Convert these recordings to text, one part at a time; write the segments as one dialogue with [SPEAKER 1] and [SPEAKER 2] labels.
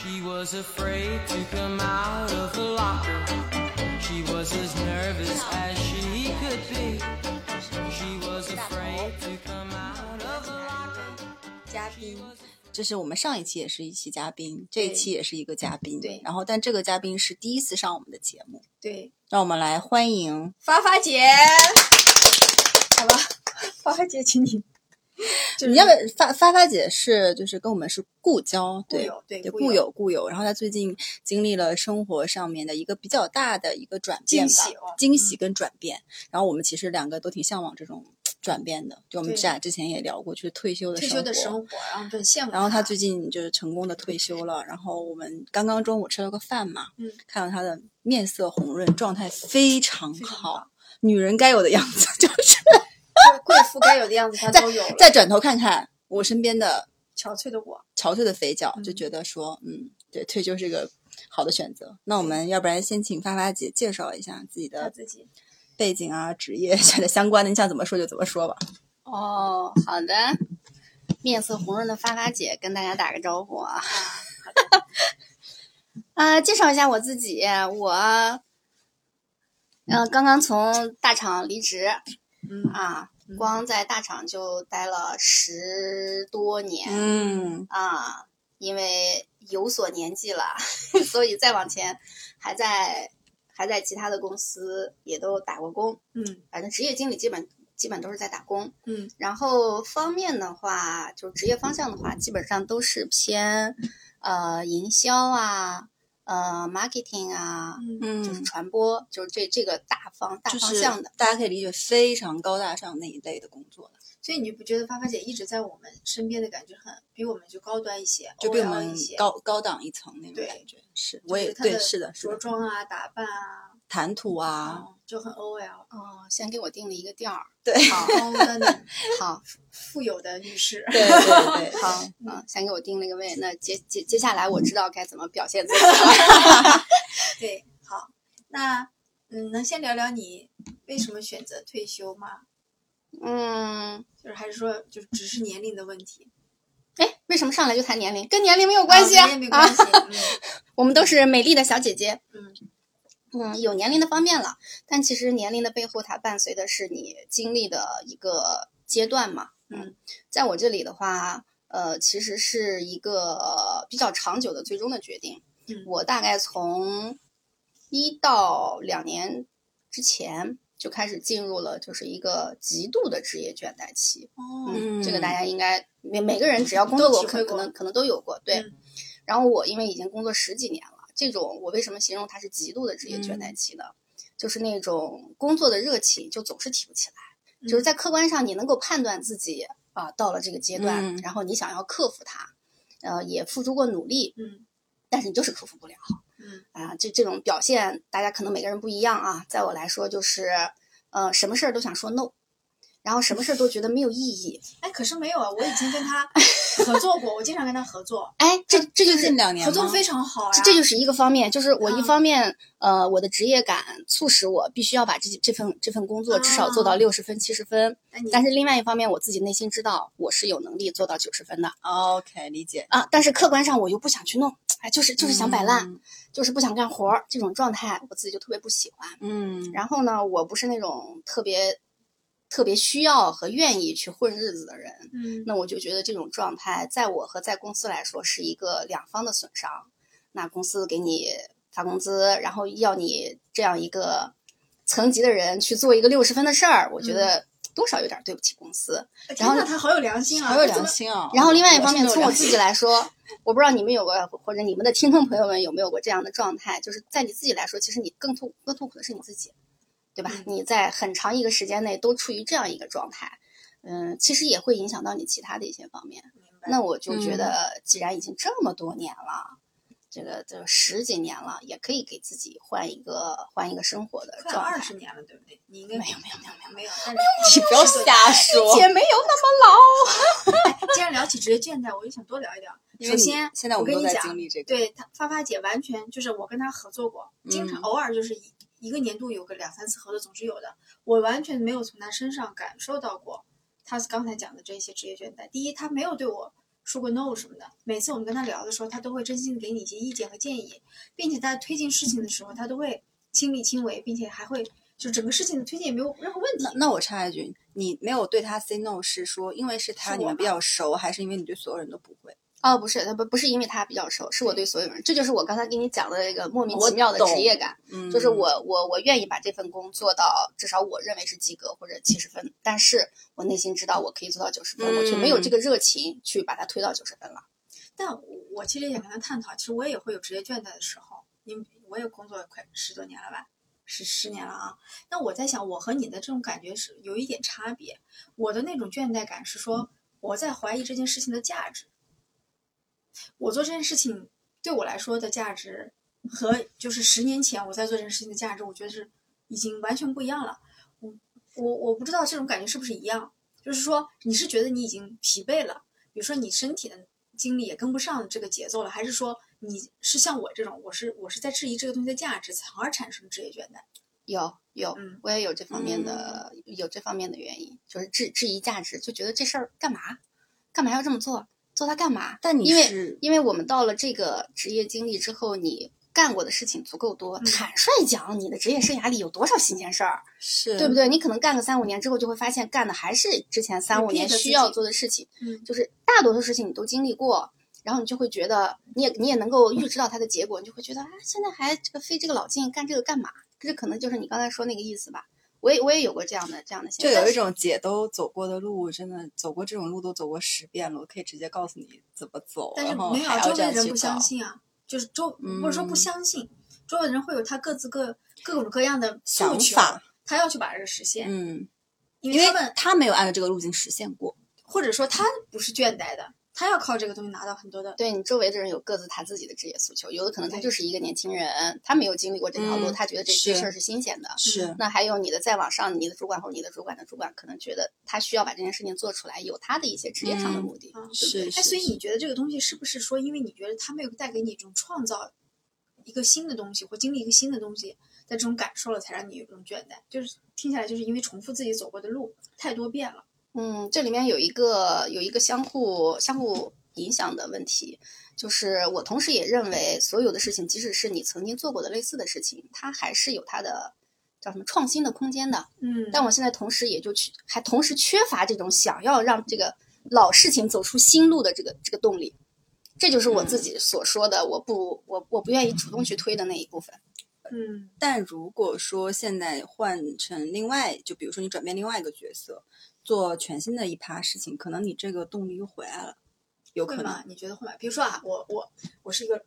[SPEAKER 1] She was afraid to come out of the locker. She was as nervous as she could be. She was afraid to come out of the locker.
[SPEAKER 2] 嘉宾，
[SPEAKER 3] 就是我们上一期也是一期嘉宾，这一
[SPEAKER 2] 对嗯
[SPEAKER 3] 期也是一个嘉宾，
[SPEAKER 2] 对
[SPEAKER 3] 然后，但这个嘉宾是第一次上我们的节目，
[SPEAKER 2] 对，
[SPEAKER 3] 让我们来欢迎
[SPEAKER 2] 发发姐，好吧，发发姐，请 你，就是
[SPEAKER 3] 你要不发发发姐是就是跟我们是故交，
[SPEAKER 2] 固
[SPEAKER 3] 对
[SPEAKER 2] 有对
[SPEAKER 3] 对
[SPEAKER 2] 固
[SPEAKER 3] 故
[SPEAKER 2] 有
[SPEAKER 3] 友故友，然后她最近经历了生活上面的一个比较大的一个转变吧，
[SPEAKER 2] 惊喜哦
[SPEAKER 3] 惊喜跟转变。然后我们其实两个都挺向往这种转变的，就我们
[SPEAKER 2] 对
[SPEAKER 3] 之俩之前也聊过，就是退休的
[SPEAKER 2] 退休的
[SPEAKER 3] 活
[SPEAKER 2] 生活，然后就很羡慕。
[SPEAKER 3] 然后他最近就是成功的退休了，然后我们刚刚中午吃了个饭嘛，
[SPEAKER 2] 嗯
[SPEAKER 3] 看到他的面色红润，状态非常
[SPEAKER 2] 非常
[SPEAKER 3] 好，女人该有的样子 就是。
[SPEAKER 2] 就是贵妇该有的样子，她都有了。
[SPEAKER 3] 再转头看看我身边的
[SPEAKER 2] 憔悴的我，
[SPEAKER 3] 憔悴的肥脚，就
[SPEAKER 2] 嗯
[SPEAKER 3] 觉得说，嗯，对，退休是个好的选择。那我们要不然先请发发姐介绍一下自己
[SPEAKER 2] 她
[SPEAKER 3] 的
[SPEAKER 2] 自己。
[SPEAKER 3] 背景啊、职业啥的相关的，你想怎么说就怎么说吧。
[SPEAKER 4] 哦，好的。面色红润的发发姐跟大家打个招呼啊。
[SPEAKER 2] 啊
[SPEAKER 4] 呃，介绍一下我自己，
[SPEAKER 2] 嗯
[SPEAKER 4] 我，呃，刚刚从大厂离职
[SPEAKER 2] 嗯
[SPEAKER 4] 啊，光在大厂就待了十多年
[SPEAKER 3] 嗯，
[SPEAKER 4] 啊，因为有所年纪了， 所以再往前还在还在其他的公司也都打过工，
[SPEAKER 2] 嗯
[SPEAKER 4] 反正职业经理基本基本都是在打工。
[SPEAKER 2] 嗯
[SPEAKER 4] 然后方面的话，就职业方向的话，基本上都是偏呃营销啊，呃 marketing 啊，
[SPEAKER 2] 嗯，
[SPEAKER 3] 嗯，
[SPEAKER 4] 就是传播，就是这这个大方大
[SPEAKER 3] 就
[SPEAKER 4] 方
[SPEAKER 3] 是
[SPEAKER 4] 向的。
[SPEAKER 3] 大家可以理解非常高大上那一类的工作了，
[SPEAKER 2] 所以你不觉得发发姐一直在我们身边的感觉很比我们就高端一些，
[SPEAKER 3] 就比我
[SPEAKER 2] OL
[SPEAKER 3] 们
[SPEAKER 2] 一些，
[SPEAKER 3] 高高档一层那种
[SPEAKER 2] 对
[SPEAKER 3] 感觉。是，
[SPEAKER 2] 就
[SPEAKER 3] 我也
[SPEAKER 2] 她
[SPEAKER 3] 对，是的，是
[SPEAKER 2] 着
[SPEAKER 3] 的，
[SPEAKER 2] 装啊、打扮啊，
[SPEAKER 3] 谈吐啊，
[SPEAKER 2] 嗯就很 OL，
[SPEAKER 4] 哦，先给我定了一个调儿。
[SPEAKER 3] 对
[SPEAKER 4] 好，
[SPEAKER 2] 高 端的
[SPEAKER 4] 好，
[SPEAKER 2] 嗯富有的女士。
[SPEAKER 3] 对对对，
[SPEAKER 4] 好，嗯，先给我定了一个位。那接接接下来我知道该怎么表现自己。
[SPEAKER 2] 对，好，那嗯，能先聊聊你为什么选择退休吗？
[SPEAKER 4] 嗯，
[SPEAKER 2] 就是还是说，就是只是年龄的问题，
[SPEAKER 4] 哎，为什么上来就谈年龄？跟年龄没有关系啊
[SPEAKER 2] 啊，没关系，
[SPEAKER 4] 我们都是美丽的小姐姐。
[SPEAKER 2] 嗯
[SPEAKER 4] 嗯，有年龄的方面了，但其实年龄的背后，它伴随的是你经历的一个阶段嘛。
[SPEAKER 2] 嗯，
[SPEAKER 4] 在我这里的话，呃，其实是一个呃比较长久的最终的决定。
[SPEAKER 2] 嗯
[SPEAKER 4] 我大概从一到两年之前就开始进入了就是一个极度的职业倦怠期。
[SPEAKER 2] 嗯，哦，
[SPEAKER 3] 嗯
[SPEAKER 4] 这个大家应该每每个人只要工作
[SPEAKER 2] 都
[SPEAKER 4] 过，
[SPEAKER 2] 体会
[SPEAKER 4] 可
[SPEAKER 2] 过
[SPEAKER 4] 可能可能都有过。对，
[SPEAKER 2] 嗯
[SPEAKER 4] 然后我因为已经工作十几年了，这种我为什么形容它是极度的职业倦怠期呢？就是那种工作的热情就总是提不起
[SPEAKER 2] 嗯
[SPEAKER 4] 来，就是在客观上你能够判断自己啊、到了这个阶段，
[SPEAKER 3] 嗯
[SPEAKER 4] 然后你想要克服它，呃也付出过努力，
[SPEAKER 2] 嗯
[SPEAKER 4] 但是你就是克服不了。
[SPEAKER 2] 嗯
[SPEAKER 4] 啊，这这种表现，大家可能每个人不一样啊。在我来说，就是呃，什么事儿都想说 no，然后什么事儿都觉得没有意义。
[SPEAKER 2] 哎，可是没有啊，我已经跟 他合作过，我经常跟他合作，
[SPEAKER 4] 哎，这这就
[SPEAKER 3] 近
[SPEAKER 4] 是
[SPEAKER 3] 两年
[SPEAKER 2] 合作
[SPEAKER 3] 吗
[SPEAKER 2] 非常好啊呀
[SPEAKER 4] 这，这就是一个方面，就是我一
[SPEAKER 2] 嗯
[SPEAKER 4] 方面，呃，我的职业感促使我必须要把这这份这份工作至少做
[SPEAKER 2] 啊嗯
[SPEAKER 4] 到六十分、七十分。
[SPEAKER 2] 那哎你
[SPEAKER 4] 但是另外一方面，我自己内心知道我是有能力做到九十分的
[SPEAKER 3] 哦 OK，理解。
[SPEAKER 4] 啊，但是客观上我又不想去弄，哎，就是就是想摆烂，
[SPEAKER 3] 嗯，
[SPEAKER 4] 就是不想干活儿，这种状态我自己就特别不喜欢。
[SPEAKER 3] 嗯，
[SPEAKER 4] 然后呢，我不是那种特别特别需要和愿意去混日子的人，
[SPEAKER 2] 嗯
[SPEAKER 4] 那我就觉得这种状态，在我和在公司来说是一个两方的损伤。那公司给你发工资，然后要你这样一个层级的人去做一个六十分的事儿，我觉得多少有点对不起公司。
[SPEAKER 2] 哎天
[SPEAKER 4] 然
[SPEAKER 2] 呐，
[SPEAKER 4] 后
[SPEAKER 2] 他好有良心啊，
[SPEAKER 3] 好有
[SPEAKER 2] 他怎
[SPEAKER 3] 良
[SPEAKER 2] 么，
[SPEAKER 3] 心啊。
[SPEAKER 4] 然后另外一方
[SPEAKER 3] 我
[SPEAKER 4] 面，
[SPEAKER 3] 是
[SPEAKER 4] 从我
[SPEAKER 3] 有
[SPEAKER 4] 自己来说，我不知道你们有过，或者你们的听众朋友们有没有过这样的状态，就是在你自己来说，其实你更痛更痛苦的是你自己，对吧
[SPEAKER 2] 嗯？
[SPEAKER 4] 你在很长一个时间内都处于这样一个状态，嗯，其实也会影响到你其他的一些方面。
[SPEAKER 2] 明白
[SPEAKER 4] 那我就
[SPEAKER 2] 嗯
[SPEAKER 4] 觉得，既然已经这么多年了，这个这十几年了，也可以给自己换一个换一个生活的
[SPEAKER 2] 快
[SPEAKER 4] 状
[SPEAKER 2] 二
[SPEAKER 4] 态。
[SPEAKER 2] 十年了，对不对？你应该
[SPEAKER 4] 没有没有没有没有，
[SPEAKER 2] 没有，但是
[SPEAKER 3] 你不要瞎说，
[SPEAKER 4] 姐没有那么老。
[SPEAKER 2] 既然聊起职业倦怠，我就想多聊一聊。
[SPEAKER 3] 因为
[SPEAKER 2] 首
[SPEAKER 3] 你
[SPEAKER 2] 先，
[SPEAKER 3] 现在
[SPEAKER 2] 我
[SPEAKER 3] 我们
[SPEAKER 2] 跟
[SPEAKER 3] 都
[SPEAKER 2] 你
[SPEAKER 3] 在
[SPEAKER 2] 讲
[SPEAKER 3] 经历这个，
[SPEAKER 2] 对她发发姐完全就是我跟她合作过，经常
[SPEAKER 3] 嗯
[SPEAKER 2] 偶尔就是一一个年度有个两三次合作总是有的，我完全没有从她身上感受到过她刚才讲的这些职业倦怠。第一，她没有对我说过 no 什么的。每次我们跟他聊的时候，他都会真心的给你一些意见和建议，并且在推进事情的时候，他都会亲力亲为，并且还会就整个事情的推进也没有任何问题
[SPEAKER 3] 那。那我插一句，你没有对他 say no 是说因为是他
[SPEAKER 2] 是
[SPEAKER 3] 你
[SPEAKER 2] 我
[SPEAKER 3] 们比较熟，还是因为你对所有人都不会？
[SPEAKER 4] 哦，不是，他不不是因为他比较熟，是我对所有人，这就是我刚才跟你讲的那个莫名
[SPEAKER 3] 我
[SPEAKER 4] 其妙的
[SPEAKER 3] 懂
[SPEAKER 4] 职业感，
[SPEAKER 3] 嗯
[SPEAKER 4] 就是我我我愿意把这份工做到至少我认为是及格或者七十分，但是我内心知道我可以做到九十分，我却没有
[SPEAKER 2] 嗯
[SPEAKER 4] 这个热情去把它推到九十分了。
[SPEAKER 2] 但我我其实也跟他探讨，其实我也会有职业倦怠的时候。因为我也工作快十多年了吧，十十年了啊。那我在想，我和你的这种感觉是有一点差别。我的那种倦怠感是说，我在怀疑这件事情的价值。我做这件事情对我来说的价值，和就是十年前我在做这件事情的价值，我觉得是已经完全不一样了。我我我不知道这种感觉是不是一样，就是说你是觉得你已经疲惫了，比如说你身体的精力也跟不上这个节奏了，还是说你是像我这种，我是我是在质疑这个东西的价值，从而产生职业倦怠？
[SPEAKER 4] 有有，
[SPEAKER 2] 嗯
[SPEAKER 4] 我也有这方面的、有这方面的原因，就是质质疑价值，就觉得这事儿干嘛，干嘛要这么做，做它干嘛？
[SPEAKER 3] 但你
[SPEAKER 4] 因为
[SPEAKER 3] 是
[SPEAKER 4] 因为我们到了这个职业经历之后，你干过的事情足够多，
[SPEAKER 2] 嗯
[SPEAKER 4] 坦率讲，你的职业生涯里有多少新鲜事儿，
[SPEAKER 3] 是
[SPEAKER 4] 对不？对？你可能干个三五年之后，就会发现干的还是之前三五
[SPEAKER 2] Repeat
[SPEAKER 4] 年
[SPEAKER 2] 的事
[SPEAKER 4] 需要
[SPEAKER 2] 情
[SPEAKER 4] 做的事情，
[SPEAKER 2] 嗯
[SPEAKER 4] 就是大多数事情你都经历过。然后你就会觉得，你也你也能够预知到它的结果，你就会觉得啊，现在还这个费这个老劲干这个干嘛？这可能就是你刚才说那个意思吧。我也我也有过这样的这样的现
[SPEAKER 3] 就
[SPEAKER 4] 象，
[SPEAKER 3] 有一种姐都走过的路，真的走过这种路都走过十遍了，我可以直接告诉你怎么走，
[SPEAKER 2] 但是
[SPEAKER 3] 然后
[SPEAKER 2] 没有
[SPEAKER 3] 还
[SPEAKER 2] 啊，
[SPEAKER 3] 要
[SPEAKER 2] 周
[SPEAKER 3] 这
[SPEAKER 2] 围
[SPEAKER 3] 样
[SPEAKER 2] 人
[SPEAKER 3] 去
[SPEAKER 2] 不相
[SPEAKER 3] 搞。
[SPEAKER 2] 信啊，就是周或者说不
[SPEAKER 3] 嗯
[SPEAKER 2] 相信，周围人会有他各自各各种各样的诉
[SPEAKER 3] 想
[SPEAKER 2] 求
[SPEAKER 3] 法，
[SPEAKER 2] 他要去把这个实现，
[SPEAKER 3] 嗯，
[SPEAKER 2] 因
[SPEAKER 3] 因
[SPEAKER 2] 为
[SPEAKER 3] 为
[SPEAKER 2] 他们
[SPEAKER 3] 他没有按照这个路径实现过，
[SPEAKER 2] 或者说他不是倦怠的，他要靠这个东西拿到很多的。
[SPEAKER 4] 对你周围的人有各自他自己的职业诉求，有的可能他
[SPEAKER 2] 对
[SPEAKER 4] 就是一个年轻人，他没有经历过这条路，
[SPEAKER 3] 嗯
[SPEAKER 4] 他觉得这
[SPEAKER 3] 是
[SPEAKER 4] 这事儿是新鲜的。
[SPEAKER 3] 是
[SPEAKER 4] 那还有你的再往上，你的主管或你的主管的主管，可能觉得他需要把这件事情做出来，有他的一些职业上的
[SPEAKER 3] 嗯
[SPEAKER 4] 目的。
[SPEAKER 2] 嗯
[SPEAKER 3] 是
[SPEAKER 2] 哎，
[SPEAKER 3] 是，
[SPEAKER 2] 所以你觉得这个东西是不是说，因为你觉得他没有带给你一种创造一个新的东西，或经历一个新的东西的这种感受了，才让你有这种倦怠？就是听下来，就是因为重复自己走过的路太多遍了。
[SPEAKER 4] 嗯，这里面有一个有一个相互相互影响的问题，就是我同时也认为，所有的事情，即使是你曾经做过的类似的事情，它还是有它的叫什么创新的空间的。
[SPEAKER 2] 嗯
[SPEAKER 4] 但我现在同时也就去，还同时缺乏这种想要让这个老事情走出新路的这个这个动力，这就是我自己所说的，我不我我不愿意主动去推的那一部分。
[SPEAKER 2] 嗯，
[SPEAKER 3] 但如果说现在换成另外，就比如说你转变另外一个角色，做全新的一趴事情，可能你这个动力又回来了，有
[SPEAKER 2] 会
[SPEAKER 3] 可
[SPEAKER 2] 吗
[SPEAKER 3] 能？。
[SPEAKER 2] 你觉得会吗？比如说啊，我我我是一个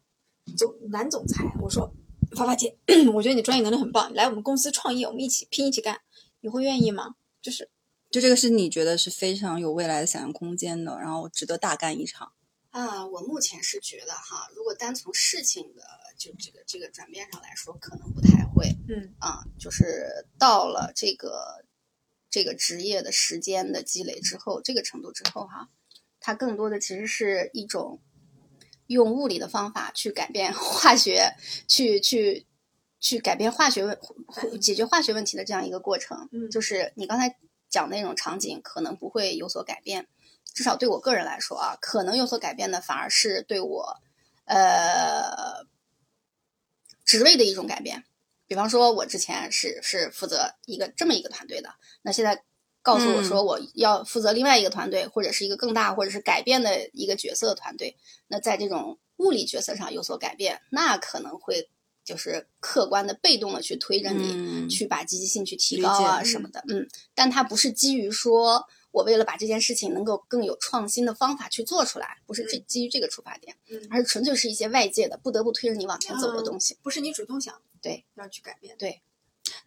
[SPEAKER 2] 总男总裁，我说发发姐， 我觉得你专业能力很棒，来我们公司创业，我们一起拼一起干，你会愿意吗？就是
[SPEAKER 3] 就这个是你觉得是非常有未来的想象空间的，然后值得大干一场。
[SPEAKER 4] 啊，我目前是觉得哈，如果单从事情的就这个这个转变上来说，可能不太会
[SPEAKER 2] 嗯
[SPEAKER 4] 啊。就是到了这个这个职业的时间的积累之后，这个程度之后哈、它更多的其实是一种用物理的方法去改变化学，去去去改变化学问，解决化学问题的这样一个过程。
[SPEAKER 2] 嗯
[SPEAKER 4] 就是你刚才讲的那种场景，可能不会有所改变。至少对我个人来说啊，可能有所改变的反而是对我，呃，职位的一种改变。比方说，我之前是是负责一个这么一个团队的，那现在告诉我说我要负责另外一个团队，或者是一个更大，或者是改变的一个角色的团队，那在这种物理角色上有所改变，那可能会就是客观的、被动的去推着你，
[SPEAKER 3] 嗯
[SPEAKER 4] 去把积极性去提
[SPEAKER 3] 理
[SPEAKER 4] 高啊
[SPEAKER 3] 解
[SPEAKER 4] 什么的，嗯，但它不是基于说我为了把这件事情能够更有创新的方法去做出来，不是
[SPEAKER 3] 嗯
[SPEAKER 4] 这基于这个出发点，
[SPEAKER 2] 嗯，
[SPEAKER 4] 而是纯粹是一些外界的不得不推着你往前走的东西。
[SPEAKER 2] 不是你主动想
[SPEAKER 4] 对
[SPEAKER 2] 要去改变的，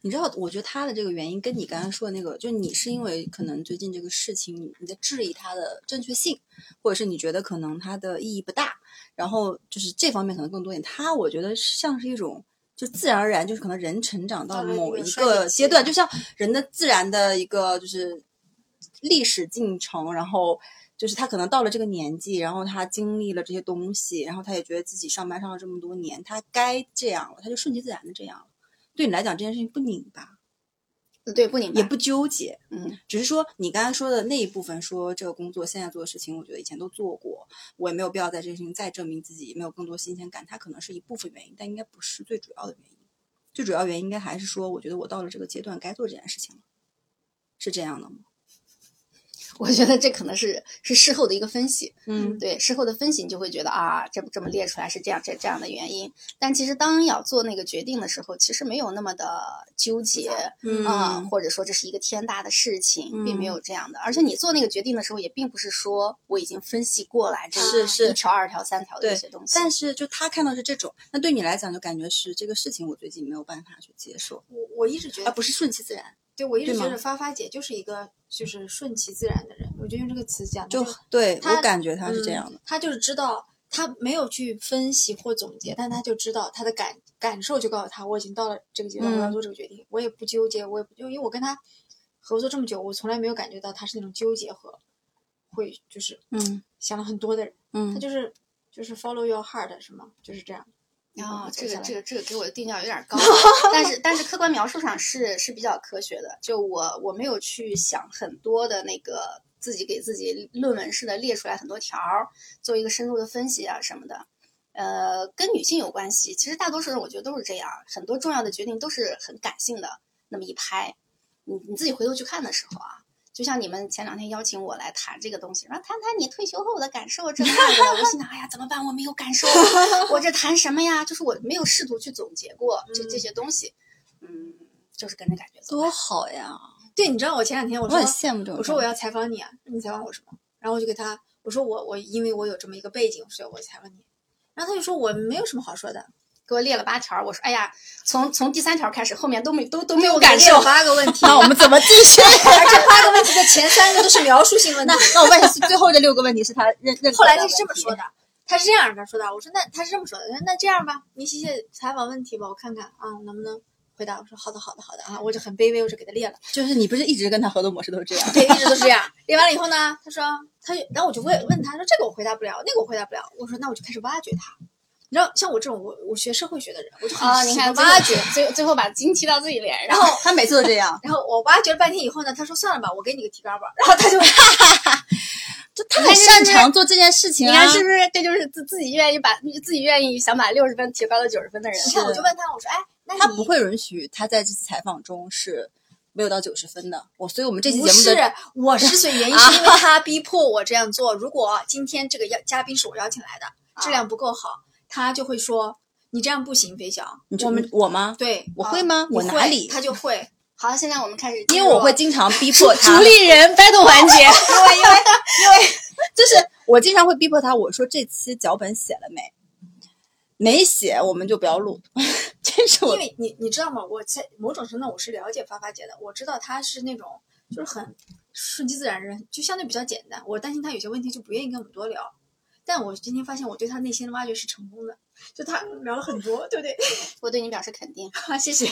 [SPEAKER 3] 你知道，我觉得他的这个原因跟你刚刚说的那个，就你是因为可能最近这个事情，你在质疑它的正确性，或者是你觉得可能它的意义不大，然后就是这方面可能更多一点。他我觉得像是一种。就自然而然，就是可能人成长到
[SPEAKER 2] 到了一
[SPEAKER 3] 某
[SPEAKER 2] 个
[SPEAKER 3] 一
[SPEAKER 2] 衰
[SPEAKER 3] 个
[SPEAKER 2] 减期
[SPEAKER 3] 阶段，就像人的自然的一个就是历史进程，然后就是他可能到了这个年纪，然后他经历了这些东西，然后他也觉得自己上班上了这么多年，他该这样了，他就顺其自然的这样了。对你来讲，这件事情不拧巴，
[SPEAKER 4] 对，不拧
[SPEAKER 3] 哦
[SPEAKER 4] 巴
[SPEAKER 3] 也不纠结，
[SPEAKER 4] 嗯，
[SPEAKER 3] 只是说你刚才说的那一部分，说这个工作现在做的事情，我觉得以前都做过，我也没有必要在这个事情再证明自己，也没有更多新鲜感，它可能是一部分原因，但应该不是最主要的原因。最主要原因应该还是说，我觉得我到了这个阶段该做这件事情了，是这样的吗？
[SPEAKER 4] 我觉得这可能是是事后的一个分析，
[SPEAKER 2] 嗯
[SPEAKER 4] 对事后的分析，你就会觉得啊，这么这么列出来是这样这这样的原因。但其实当要做那个决定的时候，其实没有那么的纠结
[SPEAKER 3] 嗯
[SPEAKER 4] 啊、或者说这是一个天大的事情，并没有这样的。而且你做那个决定的时候，也并不是说我已经分析过来这
[SPEAKER 3] 是是
[SPEAKER 4] 一条、二条、三条的
[SPEAKER 3] 对
[SPEAKER 4] 这些东西。
[SPEAKER 3] 但是就他看到是这种，那对你来讲就感觉是这个事情，我最近没有办法去接受，
[SPEAKER 2] 我我一直觉
[SPEAKER 3] 而
[SPEAKER 2] 得，
[SPEAKER 3] 啊不是顺其自然，
[SPEAKER 2] 对我一直
[SPEAKER 3] 对吗
[SPEAKER 2] 觉得发发姐就是一个就是顺其自然的人，我就用这个词讲，
[SPEAKER 3] 就
[SPEAKER 2] 她
[SPEAKER 3] 对
[SPEAKER 2] 他
[SPEAKER 3] 我感觉他是这样的。
[SPEAKER 2] 他就是知道他没有去分析或总结，但他就知道他的感感受就告诉他，我已经到了这个阶段，
[SPEAKER 3] 嗯
[SPEAKER 2] 我要做这个决定，我也不纠结，我也不就因为我跟他合作这么久，我从来没有感觉到他是那种纠结和会就是
[SPEAKER 3] 嗯
[SPEAKER 2] 想了很多的人，
[SPEAKER 3] 嗯
[SPEAKER 2] 他就是就是 follow your heart 是吗？就是这样。
[SPEAKER 4] 啊、
[SPEAKER 2] 嗯
[SPEAKER 4] 这个
[SPEAKER 2] 接下来
[SPEAKER 4] 这个这个给我的定调有点 高，但是但是客观描述上是是比较科学的。就我我没有去想很多的那个自己给自己论文式的列出来很多条儿，做一个深入的分析啊什么的。呃，跟女性有关系，其实大多数人我觉得都是这样，很多重要的决定都是很感性的那么一拍。你你自己回头去看的时候啊，就像你们前两天邀请我来谈这个东西，然后谈谈你退休后的感受这那的，我心想，哎呀，怎么办？我没有感受，啊我这谈什么呀？就是我没有试图去总结 过这这些东西，嗯，就是跟着感觉走吧。
[SPEAKER 3] 多好呀！
[SPEAKER 2] 对，你知道我前两天我
[SPEAKER 3] 我
[SPEAKER 2] 说
[SPEAKER 3] 很羡慕这种状态。
[SPEAKER 2] 我说我要采访你啊，你采访我什么？然后我就给他我说我我因为我有这么一个背景，所以我采访你。然后他就说我没有什么好说的，
[SPEAKER 4] 给我列了八条，我说，哎呀，从从第三条开始，后面都没都都没
[SPEAKER 2] 对
[SPEAKER 4] 有
[SPEAKER 2] 我
[SPEAKER 4] 感
[SPEAKER 2] 列了
[SPEAKER 4] 受。
[SPEAKER 2] 八 个问题，
[SPEAKER 3] 那我们怎么继续？
[SPEAKER 2] 而这八个问题的前三个都是描述性问题
[SPEAKER 3] 那。 那我问一下，最后这六个问题是他认认可的
[SPEAKER 2] 后来他是这么
[SPEAKER 3] 问题
[SPEAKER 2] 说，的，他是这样的说的。我说那他是这么说的，那这样吧，你写写采访问题吧，我看看啊能不能回答。我说好的好的好的啊，我就很卑微，我就给他列了。
[SPEAKER 3] 就是你不是一直跟他合作模式都是这样？
[SPEAKER 2] 对，一直都是这样。列完了以后呢，他说他就，然后我就问问他说这个我回答不了，那个我回答不了。我说那我就开始挖掘他。你知道，像我这种我我学社会学的人，我就很
[SPEAKER 4] 啊，
[SPEAKER 2] 喜
[SPEAKER 4] 你
[SPEAKER 2] 欢
[SPEAKER 4] 看，
[SPEAKER 2] 挖
[SPEAKER 4] 挖
[SPEAKER 2] 掘
[SPEAKER 4] 掘，最最后把金踢到自己脸上。
[SPEAKER 2] 然后
[SPEAKER 3] 他每次都这样，
[SPEAKER 2] 然后我挖掘了半天以后呢，他说算了吧，我给你个提纲吧。然后他就
[SPEAKER 3] 就他很擅长做这件事情
[SPEAKER 4] 你
[SPEAKER 3] 啊
[SPEAKER 4] 看。是不是？这就是自自己愿意把自己愿意想把六十分提高到九十分的人。
[SPEAKER 2] 你看我就问他，我说哎，那
[SPEAKER 3] 他
[SPEAKER 2] 你
[SPEAKER 3] 不会允许他在这次采访中是没有到九十分的。我所以我们这期
[SPEAKER 2] 不
[SPEAKER 3] 节目
[SPEAKER 2] 是
[SPEAKER 3] 的，
[SPEAKER 2] 我之所以原因是 因为他逼迫我这样做。如果今天这个邀嘉宾是我邀请来的，质量不够好，他就会说你这样不行，肥小
[SPEAKER 3] 你。觉
[SPEAKER 2] 我们
[SPEAKER 3] 我吗？
[SPEAKER 2] 对，啊
[SPEAKER 3] 我会吗？我
[SPEAKER 2] 你
[SPEAKER 3] 哪
[SPEAKER 2] 会
[SPEAKER 3] 里？
[SPEAKER 2] 他就会，
[SPEAKER 4] 好，现在我们开始进
[SPEAKER 3] 因
[SPEAKER 4] 入，
[SPEAKER 3] 为我会经常逼迫他
[SPEAKER 4] 主，力人 battle 环
[SPEAKER 2] 因
[SPEAKER 4] 节。
[SPEAKER 2] 为因为 因为
[SPEAKER 3] 就是我经常会逼迫他。我说这期脚本写了没？没写我们就不要录。 这是我
[SPEAKER 2] 因为你你知道吗？我在某种程度上我是了解发发姐的，我知道她是那种就是很顺其自然的人，就相对比较简单。我担心她有些问题就不愿意跟我们多聊，但我今天发现我对她内心的挖掘是成功的，就她聊了很多，对不 对？
[SPEAKER 4] 我对你表示肯定。
[SPEAKER 2] 谢谢。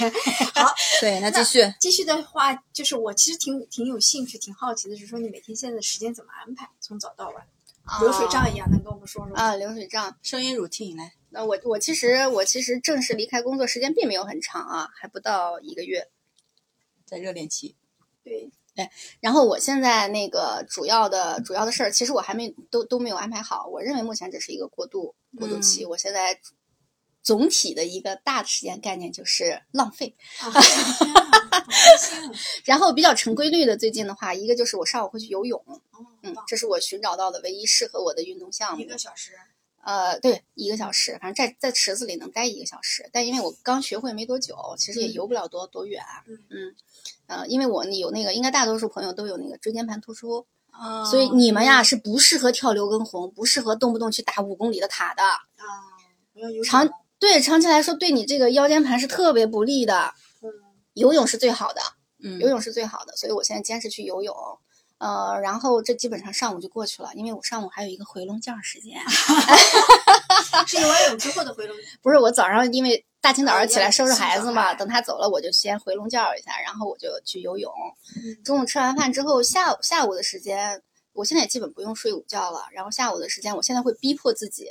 [SPEAKER 3] 对。那继续，
[SPEAKER 2] 继续的话，就是我其实挺挺有兴趣、挺好奇的，是说你每天现在的时间怎么安排，从早到晚，
[SPEAKER 4] 哦
[SPEAKER 2] 流水账一样，能跟我们说说吗？
[SPEAKER 4] 啊，流水账。
[SPEAKER 3] 声音 routine 来。
[SPEAKER 4] 那我我其实我其实正式离开工作时间并没有很长啊，还不到一个月。
[SPEAKER 3] 在热恋期，
[SPEAKER 2] 对，
[SPEAKER 4] 然后我现在那个主要的主要的事儿，其实我还没都都没有安排好。我认为目前只是一个过渡过渡期。
[SPEAKER 2] 嗯
[SPEAKER 4] 我现在总体的一个大的时间概念就是浪费。
[SPEAKER 2] 啊，天啊好开心啊
[SPEAKER 4] 然后比较成规律的，最近的话，一个就是我上午会去游泳，
[SPEAKER 2] 哦
[SPEAKER 4] 嗯
[SPEAKER 2] 棒，
[SPEAKER 4] 这是我寻找到的唯一适合我的运动项目
[SPEAKER 2] 一。个小时，
[SPEAKER 4] 呃，对，一个小时，反正在在池子里能待一个小时，但因为我刚学会没多久，其实也
[SPEAKER 2] 嗯
[SPEAKER 4] 游不了多、多远。
[SPEAKER 2] 嗯
[SPEAKER 4] 嗯，呃，因为我有那个，应该大多数朋友都有那个椎间盘突出，
[SPEAKER 2] 哦
[SPEAKER 3] 啊
[SPEAKER 4] 嗯所以你们呀是不适合跳刘畊宏，不适合动不动去打五公里的塔的。
[SPEAKER 2] 啊，我要有
[SPEAKER 4] 长对，长期来说对你这个腰间盘是特别不利的。
[SPEAKER 2] 嗯，
[SPEAKER 4] 游泳是最好的，
[SPEAKER 3] 嗯
[SPEAKER 4] 游泳是最好的，所以我现在坚持去游泳。呃，然后这基本上上午就过去了，因为我上午还有一个回笼觉儿时间。
[SPEAKER 2] 是游完泳之后的回笼，
[SPEAKER 4] 不是我早上因为大清早
[SPEAKER 2] 哦
[SPEAKER 4] 上起来收拾孩
[SPEAKER 2] 要
[SPEAKER 4] 子
[SPEAKER 2] 起啊
[SPEAKER 4] 嘛，
[SPEAKER 2] 早
[SPEAKER 4] 等他走了我就先回笼觉一下，然后我就去游泳
[SPEAKER 2] 嗯。
[SPEAKER 4] 中午吃完饭之后，下午下午的时间，我现在也基本不用睡午觉了。然后下午的时间，我现在会逼迫自己，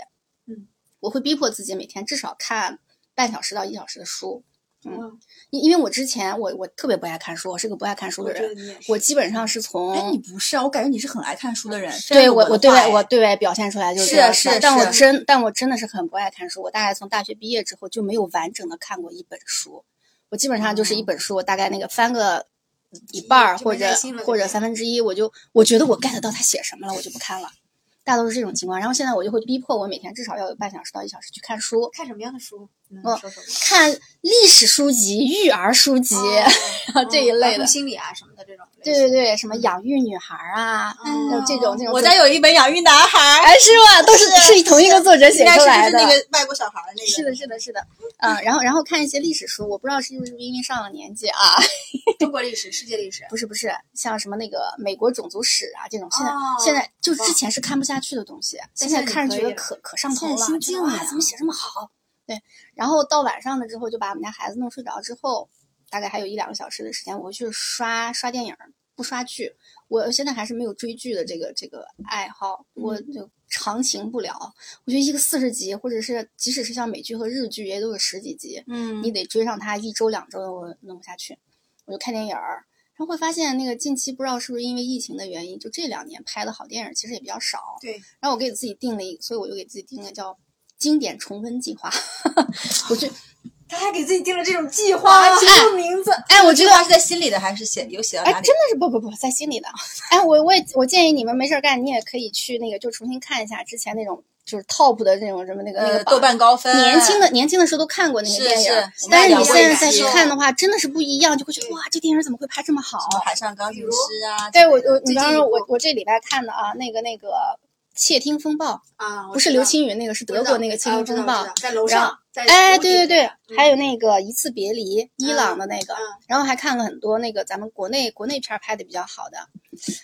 [SPEAKER 2] 嗯，
[SPEAKER 4] 我会逼迫自己每天至少看半小时到一小时的书。
[SPEAKER 2] 嗯，
[SPEAKER 4] 因因为我之前我我特别不爱看书，我是个不爱看书的
[SPEAKER 2] 我觉得
[SPEAKER 4] 人，
[SPEAKER 2] 你也是
[SPEAKER 4] 我基本上是从
[SPEAKER 3] 哎，你不是啊？我感觉你是很爱看书的人。
[SPEAKER 4] 对我，
[SPEAKER 3] 我
[SPEAKER 4] 我对外我对外表现出来就是这样
[SPEAKER 3] 是
[SPEAKER 4] 子但我
[SPEAKER 3] 是
[SPEAKER 4] 真但我真的是很不爱看书。我大概从大学毕业之后就没有完整的看过一本书，我基本上就是
[SPEAKER 3] 哦
[SPEAKER 4] 一本书，我大概那个翻个一半儿
[SPEAKER 2] 就
[SPEAKER 4] 或
[SPEAKER 2] 没
[SPEAKER 4] 者
[SPEAKER 2] 耐心了
[SPEAKER 4] 或
[SPEAKER 2] 对
[SPEAKER 4] 者
[SPEAKER 2] 吧
[SPEAKER 4] 三分之一，我就我觉得我 get 到他写什么了，我就不看了。大多是这种情况，然后现在我就会逼迫我每天至少要有半小时到一小时去看书，
[SPEAKER 2] 看什么样的书？嗯
[SPEAKER 4] 哦
[SPEAKER 2] 说什么？
[SPEAKER 4] 看历史书籍、育儿书籍，
[SPEAKER 2] 哦
[SPEAKER 4] 这一
[SPEAKER 2] 嗯
[SPEAKER 4] 类
[SPEAKER 2] 儿童
[SPEAKER 4] 的
[SPEAKER 2] 心理啊什么的这种类
[SPEAKER 4] 对
[SPEAKER 2] 型。
[SPEAKER 4] 对对，什么养育女孩儿啊，
[SPEAKER 2] 嗯
[SPEAKER 4] 这种这种。
[SPEAKER 3] 嗯哦我家有一本《养育男孩》，
[SPEAKER 4] 哎，是吗？都是
[SPEAKER 3] 是
[SPEAKER 4] 是同一个作者写
[SPEAKER 3] 应该
[SPEAKER 4] 出
[SPEAKER 3] 是
[SPEAKER 4] 来
[SPEAKER 3] 不是
[SPEAKER 4] 的。
[SPEAKER 3] 那个外国小孩儿那个？
[SPEAKER 4] 是的，是的，是的，嗯，然后然后看一些历史书，我不知道是不是因为上了年纪啊，
[SPEAKER 2] 中国历史、世界历史。
[SPEAKER 4] 不是不是，像什么那个美国种族史啊这种，现在、
[SPEAKER 2] 哦
[SPEAKER 4] 现在就
[SPEAKER 2] 哇
[SPEAKER 4] 之前是看不下去的东西，现
[SPEAKER 2] 在
[SPEAKER 4] 在
[SPEAKER 2] 你
[SPEAKER 4] 看着
[SPEAKER 2] 可
[SPEAKER 4] 觉得
[SPEAKER 2] 以
[SPEAKER 4] 可可上
[SPEAKER 3] 现
[SPEAKER 4] 头
[SPEAKER 3] 在
[SPEAKER 4] 了，
[SPEAKER 3] 心
[SPEAKER 4] 觉得
[SPEAKER 3] 静了
[SPEAKER 4] 哇，
[SPEAKER 3] 呀
[SPEAKER 4] 怎么写这么好？对，然后到晚上了之后，就把我们家孩子弄睡着之后，大概还有一两个小时的时间，我会去刷刷电影儿，不刷剧。我现在还是没有追剧的这个这个爱好，我就长情不了。我觉得一个四十集，或者是即使是像美剧和日剧，也都有十几集，
[SPEAKER 3] 嗯
[SPEAKER 4] 你得追上它一周两周的，我弄不下去。我就看电影儿，然后会发现那个近期不知道是不是因为疫情的原因，就这两年拍的好电影其实也比较少。
[SPEAKER 2] 对，
[SPEAKER 4] 然后我给自己定了一，所以我就给自己定了叫“经典重温计划”我觉得，
[SPEAKER 2] 他还给自己定了这种计划，
[SPEAKER 4] 啊
[SPEAKER 2] 还起了个名字。
[SPEAKER 4] 哎，我觉得，
[SPEAKER 3] 他是在心里的，还是写有写到
[SPEAKER 4] 哎，
[SPEAKER 3] 哪里？
[SPEAKER 4] 真的是不不不在心里的。哎，我我也我建议你们没事儿干，你也可以去那个就重新看一下之前那种就是 top 的那种什么那个、那
[SPEAKER 3] 呃，
[SPEAKER 4] 个榜
[SPEAKER 3] 豆瓣高分，
[SPEAKER 4] 嗯年轻的年轻的时候都看过那个
[SPEAKER 3] 是
[SPEAKER 4] 电影儿，
[SPEAKER 3] 是我们
[SPEAKER 4] 但是
[SPEAKER 3] 俩聊
[SPEAKER 4] 你现
[SPEAKER 3] 过
[SPEAKER 4] 在
[SPEAKER 3] 一嗯
[SPEAKER 4] 再去
[SPEAKER 3] 期
[SPEAKER 4] 看的话，真的是不一样，就会觉得
[SPEAKER 2] 对
[SPEAKER 4] 哇，这电影怎么会拍这么好啊
[SPEAKER 3] 什？么海上钢琴师啊？
[SPEAKER 4] 对
[SPEAKER 3] 之
[SPEAKER 4] 哎我
[SPEAKER 3] 类的
[SPEAKER 4] 我你
[SPEAKER 2] 最
[SPEAKER 4] 刚
[SPEAKER 2] 近
[SPEAKER 4] 刚
[SPEAKER 2] 一
[SPEAKER 4] 我
[SPEAKER 2] 部
[SPEAKER 4] 我这礼拜看的啊，那个那个《窃听风暴》，
[SPEAKER 2] 啊，我
[SPEAKER 4] 不
[SPEAKER 2] 知
[SPEAKER 4] 是刘
[SPEAKER 2] 道
[SPEAKER 4] 青云那个，是
[SPEAKER 2] 我
[SPEAKER 4] 德
[SPEAKER 2] 知
[SPEAKER 4] 国
[SPEAKER 2] 道
[SPEAKER 4] 那个《窃
[SPEAKER 2] 啊
[SPEAKER 4] 听
[SPEAKER 2] 我知
[SPEAKER 4] 风
[SPEAKER 2] 道我知》
[SPEAKER 4] 暴
[SPEAKER 2] 道在楼
[SPEAKER 4] 然后
[SPEAKER 2] 上，在
[SPEAKER 4] 哎，
[SPEAKER 2] 屋顶
[SPEAKER 4] 对对对
[SPEAKER 2] 上，
[SPEAKER 4] 还有
[SPEAKER 2] 嗯
[SPEAKER 4] 那个《一次别离》，伊
[SPEAKER 2] 嗯
[SPEAKER 4] 朗的那个
[SPEAKER 2] 嗯，
[SPEAKER 4] 然后还看了很多那个咱们国内国内片儿拍的比较好的，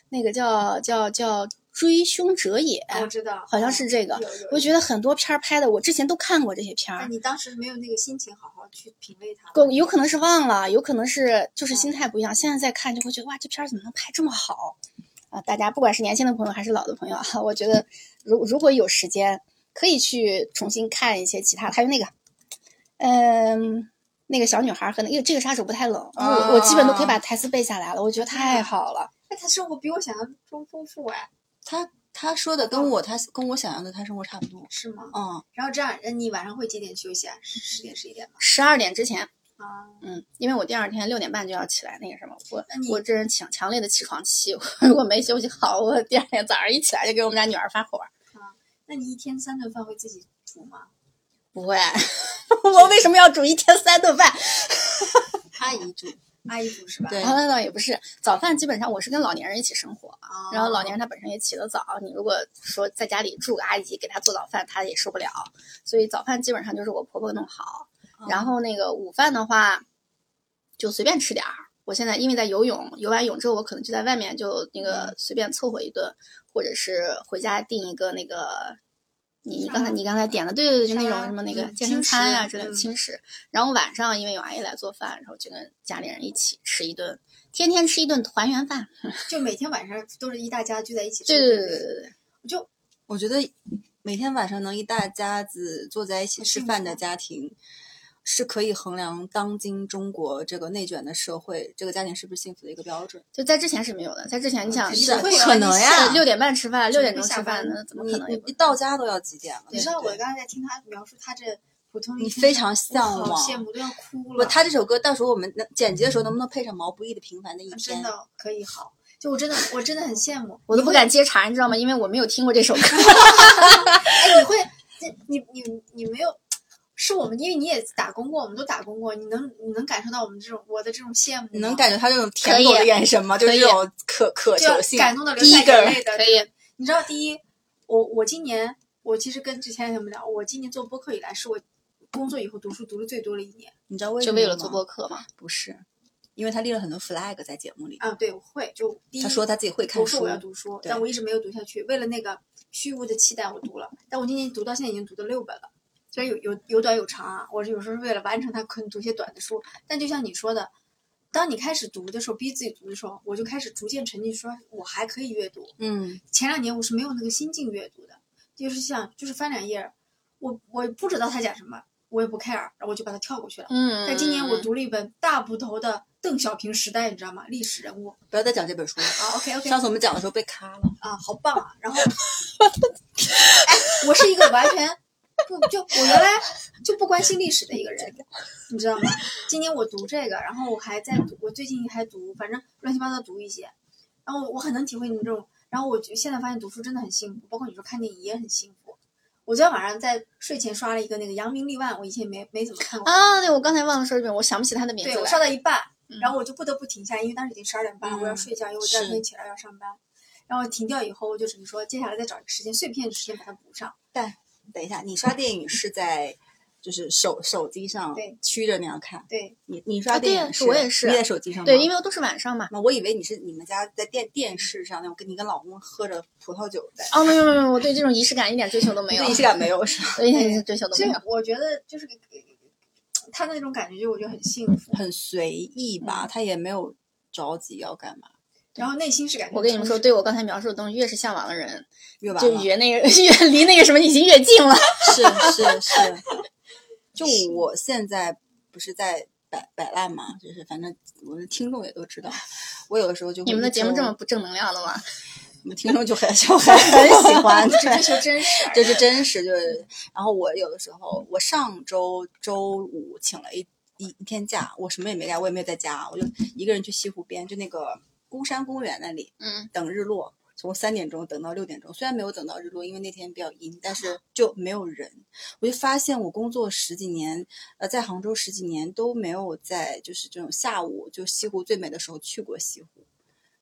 [SPEAKER 4] 那个叫叫叫《追凶者也
[SPEAKER 2] 啊我》，知道，嗯
[SPEAKER 4] 好像是这个
[SPEAKER 2] 有有。
[SPEAKER 4] 我觉得很多片儿拍的，我之前都看过这些片
[SPEAKER 2] 那
[SPEAKER 4] 儿。
[SPEAKER 2] 你当时没有那个心情好好去品味它吧，
[SPEAKER 4] 够有可能是忘了，有可能是就是
[SPEAKER 2] 嗯
[SPEAKER 4] 心态不一样。现在再看就会觉得哇，这片儿怎么能拍这么好啊、大家不管是年轻的朋友还是老的朋友啊，我觉得如如果有时间，可以去重新看一些其他的，还有那个，嗯。那个小女孩和那个这个杀手不太冷，我我基本都可以
[SPEAKER 2] 啊
[SPEAKER 4] 把台词背下来了，我觉得太
[SPEAKER 2] 嗯
[SPEAKER 4] 好了。
[SPEAKER 2] 那他生活比我想象中丰富哎，
[SPEAKER 3] 他他说的跟我他跟我想象的他生活差不多。
[SPEAKER 2] 是吗？
[SPEAKER 3] 嗯，
[SPEAKER 2] 然后这样，那你晚上会几点休息啊？十十点十一点吗？
[SPEAKER 4] 十二点之前，
[SPEAKER 2] 啊，
[SPEAKER 4] 嗯，因为我第二天六点半就要起来，那个什么，我
[SPEAKER 2] 那你
[SPEAKER 4] 我这人强强烈的起床气， 我如果没休息好，我第二天早上一起来就给我们家女儿发火。
[SPEAKER 2] 那你一天三顿饭会自己煮吗？
[SPEAKER 4] 不会， 我为什么要煮一天三顿饭？
[SPEAKER 3] 阿姨住，
[SPEAKER 2] 阿姨煮是吧？
[SPEAKER 3] 对
[SPEAKER 4] 然后啊那倒也不是，早饭基本上我是跟老年人一起生活，
[SPEAKER 2] 啊，
[SPEAKER 4] 然后老年人他本身也起得早，你如果说在家里住个阿姨给他做早饭，他也受不了，所以早饭基本上就是我婆婆弄好，然后那个午饭的话就随便吃点儿。我现在因为在游泳，游完泳之后我可能就在外面就那个随便凑合一顿，或者是回家订一个那个。你你刚才
[SPEAKER 2] 沙拉
[SPEAKER 4] 你刚才点的对对对，就那
[SPEAKER 2] 沙
[SPEAKER 4] 种
[SPEAKER 2] 拉
[SPEAKER 4] 什么那个
[SPEAKER 2] 嗯
[SPEAKER 4] 健身餐
[SPEAKER 2] 轻
[SPEAKER 4] 啊
[SPEAKER 2] 食
[SPEAKER 4] 之类的
[SPEAKER 2] 嗯
[SPEAKER 4] 轻食，然后晚上因为有阿姨来做饭，然后就跟家里人一起吃一顿，天天吃一顿团圆饭。
[SPEAKER 2] 就每天晚上都是一大家聚在一起吃。
[SPEAKER 4] 对对对
[SPEAKER 2] 不
[SPEAKER 4] 对对对。
[SPEAKER 2] 就
[SPEAKER 3] 我觉得每天晚上能一大家子坐在一起吃饭的家庭，是可以衡量当今中国这个内卷的社会，这个家庭是不是幸福的一个标准。
[SPEAKER 4] 就在之前是没有的，在之前你想
[SPEAKER 2] 肯
[SPEAKER 3] 是
[SPEAKER 2] 定
[SPEAKER 3] 啊
[SPEAKER 2] 不
[SPEAKER 3] 不
[SPEAKER 2] 会有
[SPEAKER 3] 可
[SPEAKER 2] 人
[SPEAKER 3] 能
[SPEAKER 2] 下
[SPEAKER 3] 呀！
[SPEAKER 4] 六点半吃饭，六点钟
[SPEAKER 2] 准备下
[SPEAKER 4] 吃饭，
[SPEAKER 2] 班
[SPEAKER 4] 那怎么
[SPEAKER 3] 你
[SPEAKER 4] 可能
[SPEAKER 3] 你
[SPEAKER 4] 有？
[SPEAKER 3] 一到家都要几点了？
[SPEAKER 2] 你知道我刚才在听他描述他这普通的一
[SPEAKER 3] 你
[SPEAKER 2] 天
[SPEAKER 3] 非常
[SPEAKER 2] 我
[SPEAKER 3] 向
[SPEAKER 2] 好
[SPEAKER 3] 往。
[SPEAKER 2] 羡慕，都要哭
[SPEAKER 3] 不，
[SPEAKER 2] 了。
[SPEAKER 3] 他这首歌到时候我们能剪辑的时候能不能配上毛不易的《平凡的一天》？
[SPEAKER 2] 啊真的可以好，就我真的我真的很羡慕。
[SPEAKER 4] 我都不敢接茬，你知道吗？因为我没有听过这首歌。
[SPEAKER 2] 哎，你会，这你你你没有，是我们，因为你也打工过，我们都打工过，你能你能感受到我们这种我的这种羡慕吗，
[SPEAKER 3] 你能感觉他这种
[SPEAKER 4] 可
[SPEAKER 3] 舔
[SPEAKER 4] 以
[SPEAKER 3] 狗的眼神吗？就是
[SPEAKER 4] 可以
[SPEAKER 3] 这种渴渴
[SPEAKER 2] 就要
[SPEAKER 3] 求性，
[SPEAKER 2] 感动的流
[SPEAKER 3] 第一
[SPEAKER 2] 下
[SPEAKER 3] 个
[SPEAKER 2] 眼泪的。
[SPEAKER 4] 可以，
[SPEAKER 2] 你知道，第一，我我今年我其实跟之前有没聊，我今年做播客以来，是我工作以后读书读的最多的一年。
[SPEAKER 3] 你知道为什
[SPEAKER 4] 就
[SPEAKER 3] 么
[SPEAKER 4] 为了
[SPEAKER 3] 吗
[SPEAKER 4] 做播客嘛。
[SPEAKER 3] 不是，因为他立了很多 flag 在节目里。
[SPEAKER 2] 啊，对，我会就第一，
[SPEAKER 3] 他说他自己会看
[SPEAKER 2] 我说
[SPEAKER 3] 书
[SPEAKER 2] 我，要读书，
[SPEAKER 3] 对
[SPEAKER 2] 但我一直没有读下去。为了那个虚无的期待，我读了，但我今年读到现在已经读到六本了。虽然有有有短有长啊，我有时候是为了完成它，可能读些短的书。但就像你说的，当你开始读的时候，逼自己读的时候，我就开始逐渐沉浸，说我还可以阅读。
[SPEAKER 3] 嗯，
[SPEAKER 2] 前两年我是没有那个心境阅读的，就是像就是翻两页儿，我我不知道他讲什么，我也不 care，然后我就把它跳过去了。
[SPEAKER 4] 嗯
[SPEAKER 2] 但今年我读了一本大部头的邓小平时代，你知道吗？历史人物
[SPEAKER 3] 不要再讲这本书了。
[SPEAKER 2] 啊，OK OK
[SPEAKER 3] 上次我们讲的时候被卡了，
[SPEAKER 2] 啊，好棒啊！然后，哎，我是一个完全不就我原来就不关心历史的一个人，你知道吗？今年我读这个，然后我还在读，我最近还读，反正乱七八糟读一些，然后我很能体会你们这种，然后我就现在发现读书真的很幸福，包括你说看电影也很幸福。我昨天晚上在睡前刷了一个那个《扬名立万》，我以前没没怎么看过，
[SPEAKER 4] 啊，对我刚才忘了说这本，我想不起他的名字
[SPEAKER 2] 对我
[SPEAKER 4] 来
[SPEAKER 2] 刷到一半，
[SPEAKER 4] 嗯
[SPEAKER 2] 然后我就不得不停下，因为当时已经十二点半，我要
[SPEAKER 3] 嗯
[SPEAKER 2] 睡觉，因为我第二
[SPEAKER 3] 是
[SPEAKER 2] 天起来要上班。然后停掉以后，我就只能说接下来再找一个时间碎片的时间把它补上。
[SPEAKER 3] 等一下，你刷电影是在就是手手机上
[SPEAKER 2] 对
[SPEAKER 3] 曲着那样看，
[SPEAKER 2] 对，
[SPEAKER 3] 你你
[SPEAKER 4] 啊
[SPEAKER 3] 刷
[SPEAKER 4] 对
[SPEAKER 3] 电
[SPEAKER 4] 呀
[SPEAKER 3] 影
[SPEAKER 4] 我也是
[SPEAKER 3] 你在手机上吗
[SPEAKER 4] 对，因为都是晚上嘛。
[SPEAKER 3] 那我以为你是你们家在电电视上那种，跟你跟老公喝着葡萄酒在，
[SPEAKER 4] 哦，没有没有没有，我对这种仪式感一点追求都没有
[SPEAKER 3] 对，仪，式感没 有是吧？
[SPEAKER 4] 我一点追求都
[SPEAKER 2] 所
[SPEAKER 4] 没
[SPEAKER 2] 以
[SPEAKER 4] 有。
[SPEAKER 2] 我觉得就是他那种感觉，就我觉得很幸福，
[SPEAKER 3] 很随意
[SPEAKER 4] 嗯
[SPEAKER 3] 吧，他也没有着急要干嘛，
[SPEAKER 2] 然后内心是感觉。
[SPEAKER 4] 我跟你们说，，对我刚才描述的东西，越是向往的人，
[SPEAKER 3] 越完
[SPEAKER 4] 就
[SPEAKER 3] 了。
[SPEAKER 4] 越那个 越离那个什么已经越近了。
[SPEAKER 3] 是是 是，就我现在不是在摆摆烂嘛，就是反正我的听众也都知道，我有的时候就会
[SPEAKER 4] 你们的
[SPEAKER 3] 一周
[SPEAKER 4] 节目这么，不正能量的吗？
[SPEAKER 3] 我们听众就很 就很很喜欢，
[SPEAKER 2] 只追
[SPEAKER 3] 对，
[SPEAKER 2] 求真实。
[SPEAKER 3] 这是真实，就是。然后我有的时候，我上周周五请了一一一天假，我什么也没干，我也没有在家，我就一个人去西湖边，就那个孤山公园那里
[SPEAKER 4] 嗯，
[SPEAKER 3] 等日落。从三点钟等到六点钟，虽然没有等到日落，因为那天比较阴，但是就没有人。我就发现我工作十几年，呃，在杭州十几年都没有在就是这种下午就西湖最美的时候去过西湖，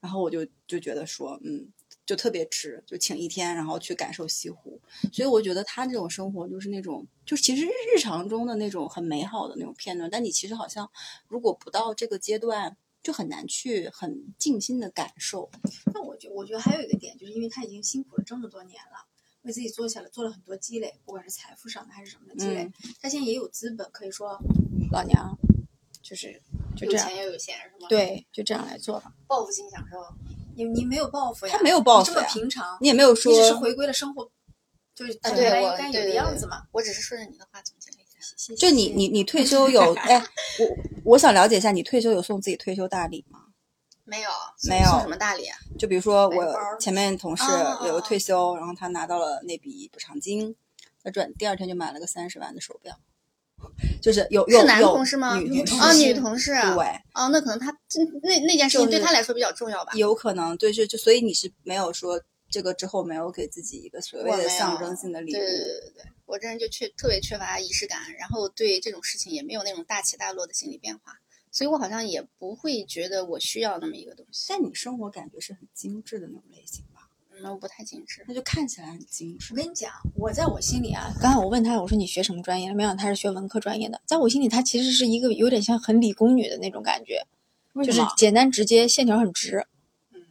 [SPEAKER 3] 然后我就就觉得说，嗯，就特别值，就请一天，然后去感受西湖。所以我觉得他这种生活就是那种，就是其实日常中的那种很美好的那种片段，但你其实好像如果不到这个阶段，就很难去很静心的感受。
[SPEAKER 2] 那我觉我觉得还有一个点，就是因为他已经辛苦了这么多年了，为自己做起来做了很多积累，不管是财富上的还是什么的积累，
[SPEAKER 3] 嗯
[SPEAKER 2] 他现在也有资本，可以说老娘就是就这样，
[SPEAKER 4] 又有闲是吗，
[SPEAKER 2] 对，就这样来做吧。
[SPEAKER 4] 报复性享受。
[SPEAKER 2] 你你没有报复呀，
[SPEAKER 3] 他没有报复
[SPEAKER 2] 你这么
[SPEAKER 3] 呀
[SPEAKER 2] 平常，
[SPEAKER 3] 你也没有说
[SPEAKER 2] 你只是回归了生活，就是
[SPEAKER 4] 啊，
[SPEAKER 2] 本
[SPEAKER 4] 对
[SPEAKER 2] 来
[SPEAKER 4] 我
[SPEAKER 2] 应该有
[SPEAKER 4] 对
[SPEAKER 2] 的
[SPEAKER 4] 对
[SPEAKER 2] 样
[SPEAKER 4] 对
[SPEAKER 2] 子嘛。
[SPEAKER 4] 我只是顺着你的话总结了一下。
[SPEAKER 2] 谢谢
[SPEAKER 3] 就你你你退休有哎，我我想了解一下，你退休有送自己退休大礼吗？
[SPEAKER 4] 没有，
[SPEAKER 3] 没有
[SPEAKER 4] 送什么大礼啊？
[SPEAKER 3] 就比如说
[SPEAKER 2] 买包
[SPEAKER 3] 我
[SPEAKER 2] 儿
[SPEAKER 3] 前面同事
[SPEAKER 4] 哦哦
[SPEAKER 3] 有
[SPEAKER 4] 哦
[SPEAKER 3] 个退休，然后他拿到了那笔补偿金，他转第二天就买了个三十万的手表， 就是有有
[SPEAKER 4] 是男
[SPEAKER 3] 有
[SPEAKER 4] 同事吗？
[SPEAKER 3] 女
[SPEAKER 2] 女
[SPEAKER 3] 同
[SPEAKER 2] 同
[SPEAKER 3] 事
[SPEAKER 4] 啊，
[SPEAKER 2] 事
[SPEAKER 4] 女同事。
[SPEAKER 3] 对，
[SPEAKER 4] 哦，那可能他那那件事情对他来说比较重要吧。
[SPEAKER 3] 有可能对，就就所以你是没有说这个之后没有给自己一个所谓
[SPEAKER 4] 我没
[SPEAKER 3] 的
[SPEAKER 4] 有
[SPEAKER 3] 象征性的礼
[SPEAKER 4] 对对对
[SPEAKER 3] 物，
[SPEAKER 4] 对对，我这人就缺特别缺乏仪式感，然后对这种事情也没有那种大起大落的心理变化，所以我好像也不会觉得我需要那么一个东西。
[SPEAKER 3] 但你生活感觉是很精致的那种类型吧？
[SPEAKER 4] 嗯，我不太精致。
[SPEAKER 3] 那就看起来很精致
[SPEAKER 2] 我。跟你讲，我在我心里啊，刚才我问他，我说你学什么专业的？没想到他是学文科专业的，在我心里，他其实是一个有点像很理工女的那种感觉，
[SPEAKER 3] 为
[SPEAKER 2] 就是
[SPEAKER 3] 什么嗯
[SPEAKER 2] 简单直接，线条很直，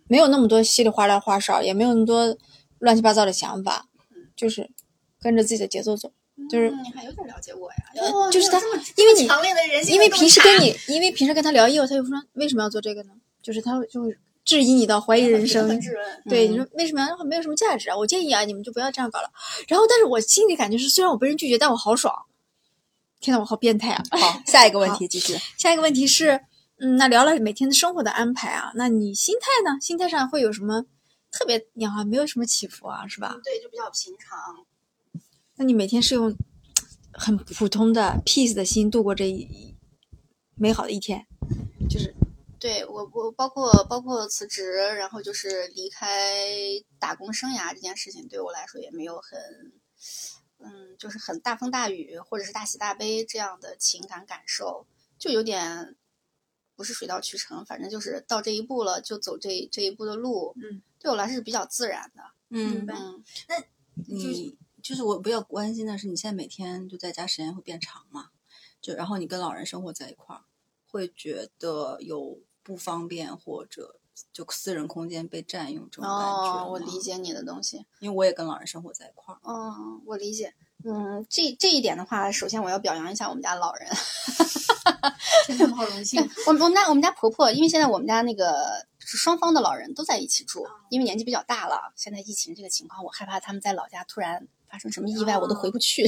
[SPEAKER 2] 没有那么多稀里哗啦花哨，也没有那么多乱七八糟的想法，
[SPEAKER 3] 嗯
[SPEAKER 2] 就是跟着自己的节奏走。就是
[SPEAKER 4] 嗯你还有点了解我呀，
[SPEAKER 2] 呃就是他
[SPEAKER 4] 你有这么
[SPEAKER 2] 因为你
[SPEAKER 4] 强烈的人性，
[SPEAKER 2] 因为平时跟你，因为平时跟他聊业务，他就说为什么要做这个呢？就是他会就会质疑你到怀疑人生，对，你说为什么要没有什么价值啊？我建议啊，你们就不要这样搞了。然后，但是我心里感觉是，虽然我被人拒绝，但我好爽。天呐，我好变态啊！
[SPEAKER 3] 好，下一个问题继续。
[SPEAKER 2] 下一个问题是，嗯，那聊了每天的生活的安排啊，那你心态呢？心态上会有什么特别？你好像没有什么起伏啊，是吧？
[SPEAKER 4] 对，就比较平常。
[SPEAKER 2] 那你每天是用很普通的 peace 的心度过这一美好的一天，就是
[SPEAKER 4] 对我，我包括包括辞职，然后就是离开打工生涯这件事情，对我来说也没有很，嗯，就是很大风大雨或者是大喜大悲这样的情感感受，就有点不是水到渠成，反正就是到这一步了，就走这这一步的路。
[SPEAKER 2] 嗯，
[SPEAKER 4] 对我来说是比较自然的。
[SPEAKER 2] 明
[SPEAKER 3] 嗯
[SPEAKER 2] 白，
[SPEAKER 4] 嗯，
[SPEAKER 3] 你就是我比较关心的是，你现在每天就在家时间会变长嘛？就然后你跟老人生活在一块儿，会觉得有不方便或者就私人空间被占用这种感觉吗
[SPEAKER 4] 哦，我
[SPEAKER 2] 嗯
[SPEAKER 4] 理，解你的东西。
[SPEAKER 3] 因为我也跟老人生活在一块儿。
[SPEAKER 4] 嗯，我理解。嗯，这这一点的话，首先我要表扬一下我们家老人。
[SPEAKER 2] 真的好荣幸
[SPEAKER 4] 对，我们我们家我们家婆婆，因为现在我们家那个就是双方的
[SPEAKER 3] 哦
[SPEAKER 4] 老人都在一起住，因为年纪比较大了，现在疫情这个情况，我害怕他们在老家突然发生什么意外，我都回不去。